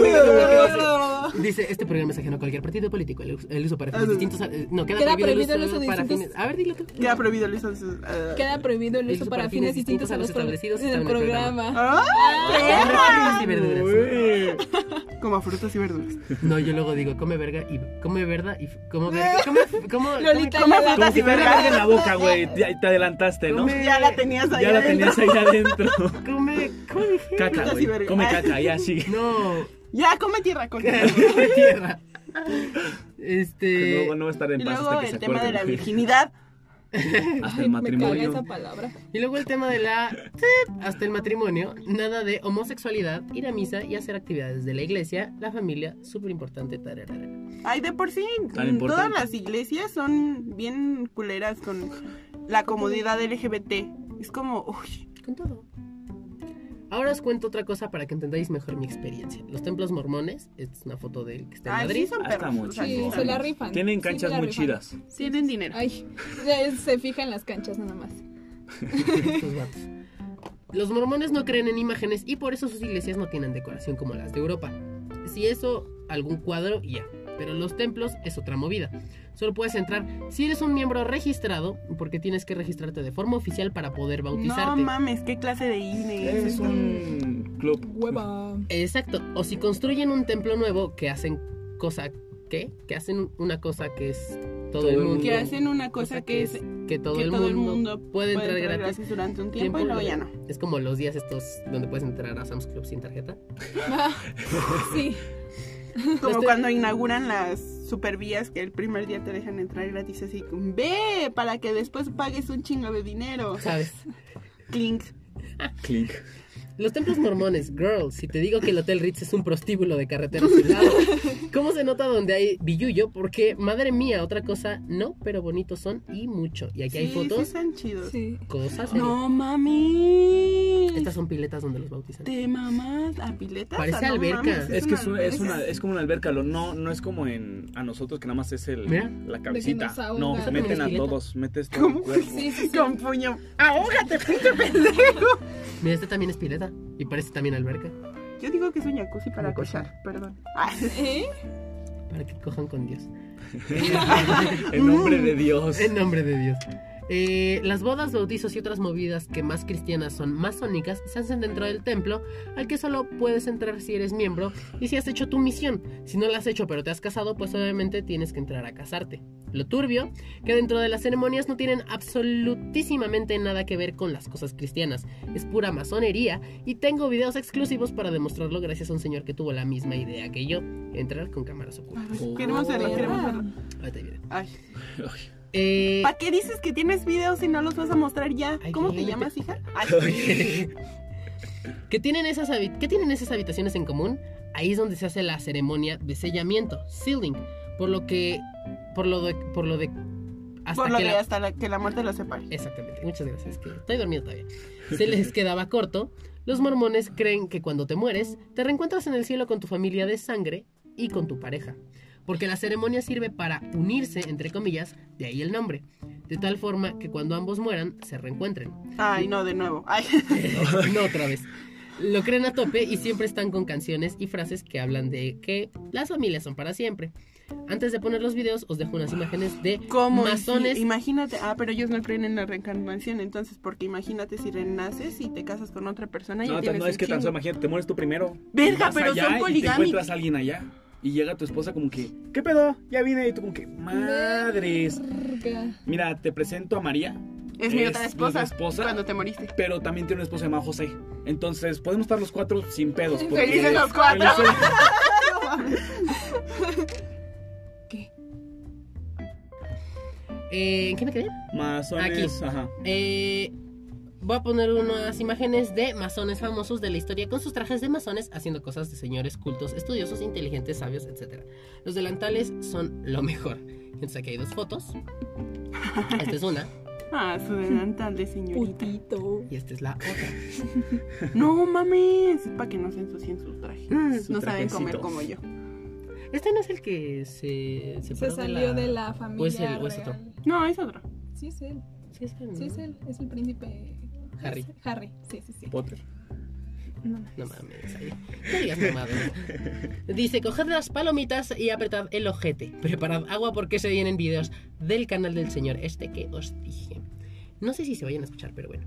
Speaker 1: Dice, este programa es ajeno a cualquier partido político. El, us- el uso para fines
Speaker 2: Ah,
Speaker 1: distintos... a- eh, no, queda,
Speaker 3: Queda
Speaker 1: prohibido el
Speaker 3: prohibido
Speaker 1: uso para
Speaker 3: distintos-
Speaker 1: fines... A ver, dilo tú.
Speaker 2: Queda prohibido el uso de sus- ah.
Speaker 3: Queda prohibido el uso para fines distintos a los establecidos en el programa.
Speaker 2: ¡Ah!
Speaker 1: Come frutas y verduras.
Speaker 4: Uy.
Speaker 2: Como frutas y verduras.
Speaker 1: No, yo luego digo, come verga y... Come verga y... Come verga... Come... Come...
Speaker 3: Lolita,
Speaker 2: Come
Speaker 3: ya la-
Speaker 4: Como
Speaker 2: frutas y
Speaker 4: si te agarraran en
Speaker 2: verduras.
Speaker 4: la boca, güey. Te, te adelantaste, ¿no?
Speaker 1: Come-
Speaker 2: Ya la tenías ahí.
Speaker 4: Ya la
Speaker 2: adentro.
Speaker 4: tenías ahí adentro.
Speaker 1: Come... Come...
Speaker 4: Caca,
Speaker 2: Frutas y
Speaker 4: güey.
Speaker 2: verga.
Speaker 4: Come caca, ya sigue.
Speaker 1: No...
Speaker 2: Ya, come tierra con
Speaker 1: de tierra. Este.
Speaker 4: Que No, no va a estar en
Speaker 2: Y
Speaker 4: paz
Speaker 2: luego
Speaker 4: hasta que se
Speaker 2: el tema de la
Speaker 4: acuerden.
Speaker 2: virginidad.
Speaker 3: Ay,
Speaker 4: Hasta el
Speaker 3: me caga esa
Speaker 4: matrimonio.
Speaker 3: palabra.
Speaker 1: Y luego el tema de la. Hasta el matrimonio, nada de homosexualidad, ir a misa y hacer actividades de la iglesia, la familia, súper importante tarea.
Speaker 2: Ay, de por sí,
Speaker 4: Tan
Speaker 2: mm,
Speaker 4: importante.
Speaker 2: todas las iglesias son bien culeras con la comodidad LGBT. Es como, uy,
Speaker 1: Con todo. Ahora os cuento otra cosa para que entendáis mejor mi experiencia. Los templos mormones, esta es una foto de él que está en
Speaker 2: ay, sí
Speaker 1: Madrid.
Speaker 2: son
Speaker 4: Ah,
Speaker 2: perros.
Speaker 4: está muy
Speaker 2: o sea,
Speaker 3: Sí,
Speaker 4: chingón.
Speaker 3: se la rifan.
Speaker 4: Tienen
Speaker 3: Sí,
Speaker 4: canchas
Speaker 3: se la
Speaker 4: muy
Speaker 3: rifan.
Speaker 4: chidas.
Speaker 2: Tienen dinero.
Speaker 3: Ay, ya se fijan las canchas nada más.
Speaker 1: estos vatos. Los mormones no creen en imágenes y por eso sus iglesias no tienen decoración como las de Europa. Si eso, algún cuadro y ya. Pero los templos es otra movida. Solo puedes entrar si eres un miembro registrado, porque tienes que registrarte de forma oficial para poder
Speaker 2: no
Speaker 1: bautizarte.
Speaker 2: mames, qué clase de E. INE es
Speaker 4: Es
Speaker 2: esto?
Speaker 4: un club.
Speaker 3: Hueva.
Speaker 1: Exacto. O si construyen un templo nuevo que hacen cosa que, que hacen una cosa que es todo, el mundo.
Speaker 2: Que hacen una cosa que es
Speaker 1: E. que todo,
Speaker 2: que
Speaker 1: el,
Speaker 2: todo el
Speaker 1: mundo
Speaker 2: mundo
Speaker 1: puede entrar gratis.
Speaker 2: durante un tiempo y luego ya no.
Speaker 1: Es como los días estos donde puedes entrar a Sam's Club sin tarjeta.
Speaker 3: Ah, Sí.
Speaker 2: Como
Speaker 1: Este-
Speaker 2: cuando inauguran las supervías que el primer día te dejan entrar gratis así, ve, para que después pagues un chingo de dinero.
Speaker 1: ¿Sabes?
Speaker 2: Clink.
Speaker 4: Clink.
Speaker 1: Los templos mormones, girl, si te digo que el Hotel Ritz es un prostíbulo de carreteras sin lado, ¿cómo se nota donde hay billuyo? Porque, madre mía, otra cosa, no, pero bonitos son y mucho. Y aquí hay
Speaker 2: Sí, Sí,
Speaker 1: fotos,
Speaker 2: están chidos.
Speaker 3: Sí.
Speaker 1: cosas. ¿eh?
Speaker 2: No mami.
Speaker 1: Estas son piletas donde los bautizan.
Speaker 2: Te mamás a piletas.
Speaker 1: Parece
Speaker 2: Ah, no
Speaker 1: alberca.
Speaker 2: mames,
Speaker 4: Es que es, una-
Speaker 2: alberca.
Speaker 4: es, una- es como una alberca, lo- no, no es como en a nosotros que nada más es el
Speaker 1: Mira.
Speaker 4: la cabecita.
Speaker 3: nos ahogan.
Speaker 4: No,
Speaker 3: Es como
Speaker 1: un
Speaker 4: meten a
Speaker 1: esqueleto.
Speaker 4: todos, metes todo el
Speaker 2: ¿Cómo?
Speaker 4: cuerpo.
Speaker 3: Sí, sí, sí.
Speaker 2: Con puño. Ahógate, pinche pendejo.
Speaker 1: Mira, este también es pileta. Y parece también alberca.
Speaker 2: Yo digo que es un jacuzzi para
Speaker 1: Una cosa.
Speaker 2: cochar, perdón. Ah,
Speaker 3: ¿Eh?
Speaker 1: Para que cojan con Dios.
Speaker 4: En nombre de Dios.
Speaker 1: En nombre de Dios. Eh, las bodas, bautizos y otras movidas que más cristianas son masónicas se hacen dentro del templo al que solo puedes entrar si eres miembro y si has hecho tu misión. Si no la has hecho pero te has casado, pues obviamente tienes que entrar a casarte. Lo turbio, que dentro de las ceremonias no tienen absolutísimamente nada que ver con las cosas cristianas. Es pura masonería y tengo videos exclusivos para demostrarlo gracias a un señor que tuvo la misma idea que yo, entrar con cámaras ocultas.
Speaker 4: Oh.
Speaker 2: Queremos verlo, queremos verlo.
Speaker 1: Ahí te viene.
Speaker 2: Ay.
Speaker 1: Eh,
Speaker 2: ¿Para qué dices que tienes videos y no los vas a mostrar ya?
Speaker 1: Ay,
Speaker 2: ¿Cómo te
Speaker 1: fíjate.
Speaker 2: llamas, hija? Ay,
Speaker 1: ¿Qué tienen, esas habi- ¿Qué tienen esas habitaciones en común? Ahí es donde se hace la ceremonia de sellamiento, sealing, por lo que, por lo de, por lo de, hasta
Speaker 2: por lo
Speaker 1: que
Speaker 2: que
Speaker 1: la-
Speaker 2: hasta la, que la muerte los separe.
Speaker 1: Exactamente, muchas gracias, que estoy dormido todavía. Se les quedaba corto. Los mormones creen que cuando te mueres, te reencuentras en el cielo con tu familia de sangre y con tu pareja. Porque la ceremonia sirve para unirse, entre comillas, de ahí el nombre. De tal forma que cuando ambos mueran, se reencuentren.
Speaker 2: Ay, no, de nuevo. Ay.
Speaker 1: no otra vez. Lo creen a tope y siempre están con canciones y frases que hablan de que las familias son para siempre. Antes de poner los videos, os dejo unas imágenes de
Speaker 2: ¿Cómo?
Speaker 1: masones.
Speaker 2: Sí, imagínate. Ah, pero ellos no creen en la reencarnación, entonces, porque imagínate si renaces y te casas con otra persona y
Speaker 4: No, tan-
Speaker 2: tienes
Speaker 4: no es
Speaker 2: un
Speaker 4: que tan solo,
Speaker 2: chingo.
Speaker 4: imagínate, te mueres tú primero.
Speaker 2: Verga,
Speaker 4: Y vas
Speaker 2: pero
Speaker 4: allá
Speaker 2: son
Speaker 4: Y te
Speaker 2: poligámicos.
Speaker 4: encuentras a alguien allá. Y llega tu esposa como que, ¿qué pedo? Ya vine. Y tú como que, madres.
Speaker 3: Verga.
Speaker 4: Mira, te presento a María,
Speaker 2: Es mi
Speaker 4: Es
Speaker 2: otra
Speaker 4: mi
Speaker 2: esposa,
Speaker 4: esposa.
Speaker 2: cuando te moriste.
Speaker 4: pero también tiene una esposa llamada José. Entonces, podemos estar los cuatro sin pedos. porque-
Speaker 2: Felices los cuatro.
Speaker 4: Felices-
Speaker 1: Eh, ¿En qué me quedé?
Speaker 4: Masones, ajá.
Speaker 1: Eh, voy a poner unas imágenes de masones famosos de la historia con sus trajes de masones haciendo cosas de señores cultos, estudiosos, inteligentes, sabios, etc. Los delantales son lo mejor. Entonces aquí hay dos fotos. Esta es una
Speaker 2: Ah, su delantal de señorita.
Speaker 3: Putito.
Speaker 1: y esta es la otra.
Speaker 2: No mames, para que no se ensucien Mm, sus trajes.
Speaker 4: Su
Speaker 2: no saben comer
Speaker 4: trajecito.
Speaker 2: como yo.
Speaker 1: Este no es el que se separó
Speaker 3: Se salió de la familia.
Speaker 1: ¿O es él? ¿O es otro?
Speaker 3: real.
Speaker 2: No, es otro.
Speaker 3: Sí, es él.
Speaker 1: Sí, es el-
Speaker 3: Sí, es él. Es el príncipe.
Speaker 1: Harry.
Speaker 3: Harry, sí, sí, sí.
Speaker 4: Potter.
Speaker 3: No mames.
Speaker 1: No mames, ahí. No digas mamadas. Dice, coged las palomitas y apretad el ojete. Preparad agua porque se vienen videos del canal del señor este que os dije. No sé si se vayan a escuchar, pero bueno.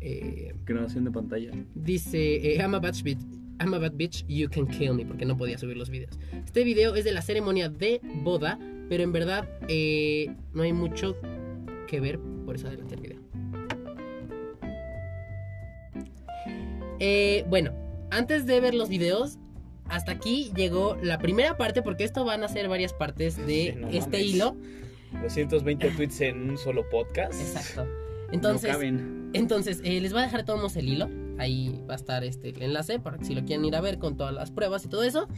Speaker 1: Eh,
Speaker 4: Grabación de pantalla.
Speaker 1: dice, eh, I'm a bad bitch. I'm a bad bitch, you can kill me, porque no podía subir los videos. Este video es de la ceremonia de boda, pero en verdad eh, no hay mucho que ver, por eso adelanté el video. Eh, bueno, antes de ver los videos, hasta aquí llegó la primera parte, porque esto van a ser varias partes de
Speaker 5: Sí, no
Speaker 1: este
Speaker 5: mames.
Speaker 1: hilo.
Speaker 5: 220 tweets en un solo podcast.
Speaker 1: Exacto. Entonces,
Speaker 4: no caben.
Speaker 1: entonces, eh, les voy a dejar de todos modos el hilo. Ahí va a estar este el enlace para que si lo quieren ir a ver con todas las pruebas y todo eso.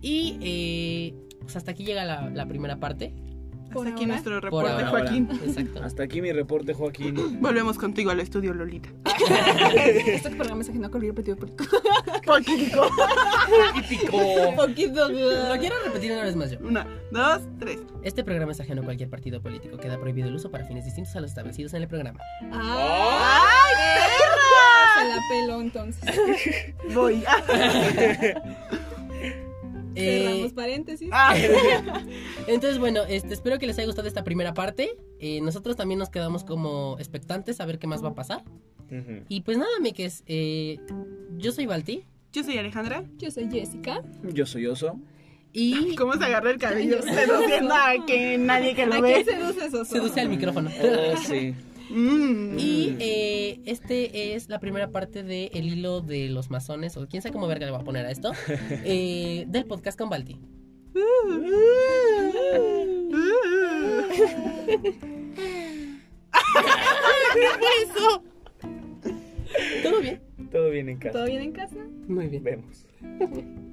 Speaker 1: Y eh, pues hasta aquí llega la, la primera parte.
Speaker 3: Por
Speaker 2: Hasta aquí
Speaker 3: ahora.
Speaker 2: nuestro
Speaker 1: Por
Speaker 2: reporte,
Speaker 1: ahora.
Speaker 2: Joaquín.
Speaker 1: Exacto.
Speaker 4: Hasta aquí mi reporte, Joaquín.
Speaker 2: Volvemos contigo al estudio, Lolita.
Speaker 3: este programa es ajeno con el partido político.
Speaker 2: Político.
Speaker 5: Típico.
Speaker 3: Poquito.
Speaker 1: Lo quiero repetir una vez más yo.
Speaker 2: Una, dos, tres.
Speaker 1: Este programa es ajeno a cualquier partido político. Queda prohibido el uso para fines distintos a los establecidos en el programa.
Speaker 3: ¡Ay, perra! Se la peló entonces.
Speaker 2: Voy.
Speaker 1: Eh,
Speaker 3: Cerramos paréntesis.
Speaker 2: Ah,
Speaker 1: Entonces, bueno, este, espero que les haya gustado esta primera parte. Eh, nosotros también nos quedamos como expectantes a ver qué más va a pasar.
Speaker 5: Ujú.
Speaker 1: Y pues nada, Mikes, eh, yo soy Balti
Speaker 2: Yo soy Alejandra.
Speaker 3: Yo soy Jessica.
Speaker 4: Yo soy oso.
Speaker 1: y
Speaker 2: ¿Cómo se agarra el cabello?
Speaker 3: Ay, yo-
Speaker 2: Seduciendo a que nadie que lo
Speaker 3: ¿A
Speaker 2: ve.
Speaker 3: quién seduce eso?
Speaker 1: seduce al micrófono.
Speaker 4: Eh.
Speaker 5: Oh, sí.
Speaker 2: Mm.
Speaker 1: Y eh, este es la primera parte de El hilo de los masones, o quién sabe cómo verga le voy a poner a esto, eh, del podcast con Balti.
Speaker 6: Todo bien en casa.
Speaker 4: ¿Todo bien en casa?
Speaker 3: Muy bien.
Speaker 6: Vemos.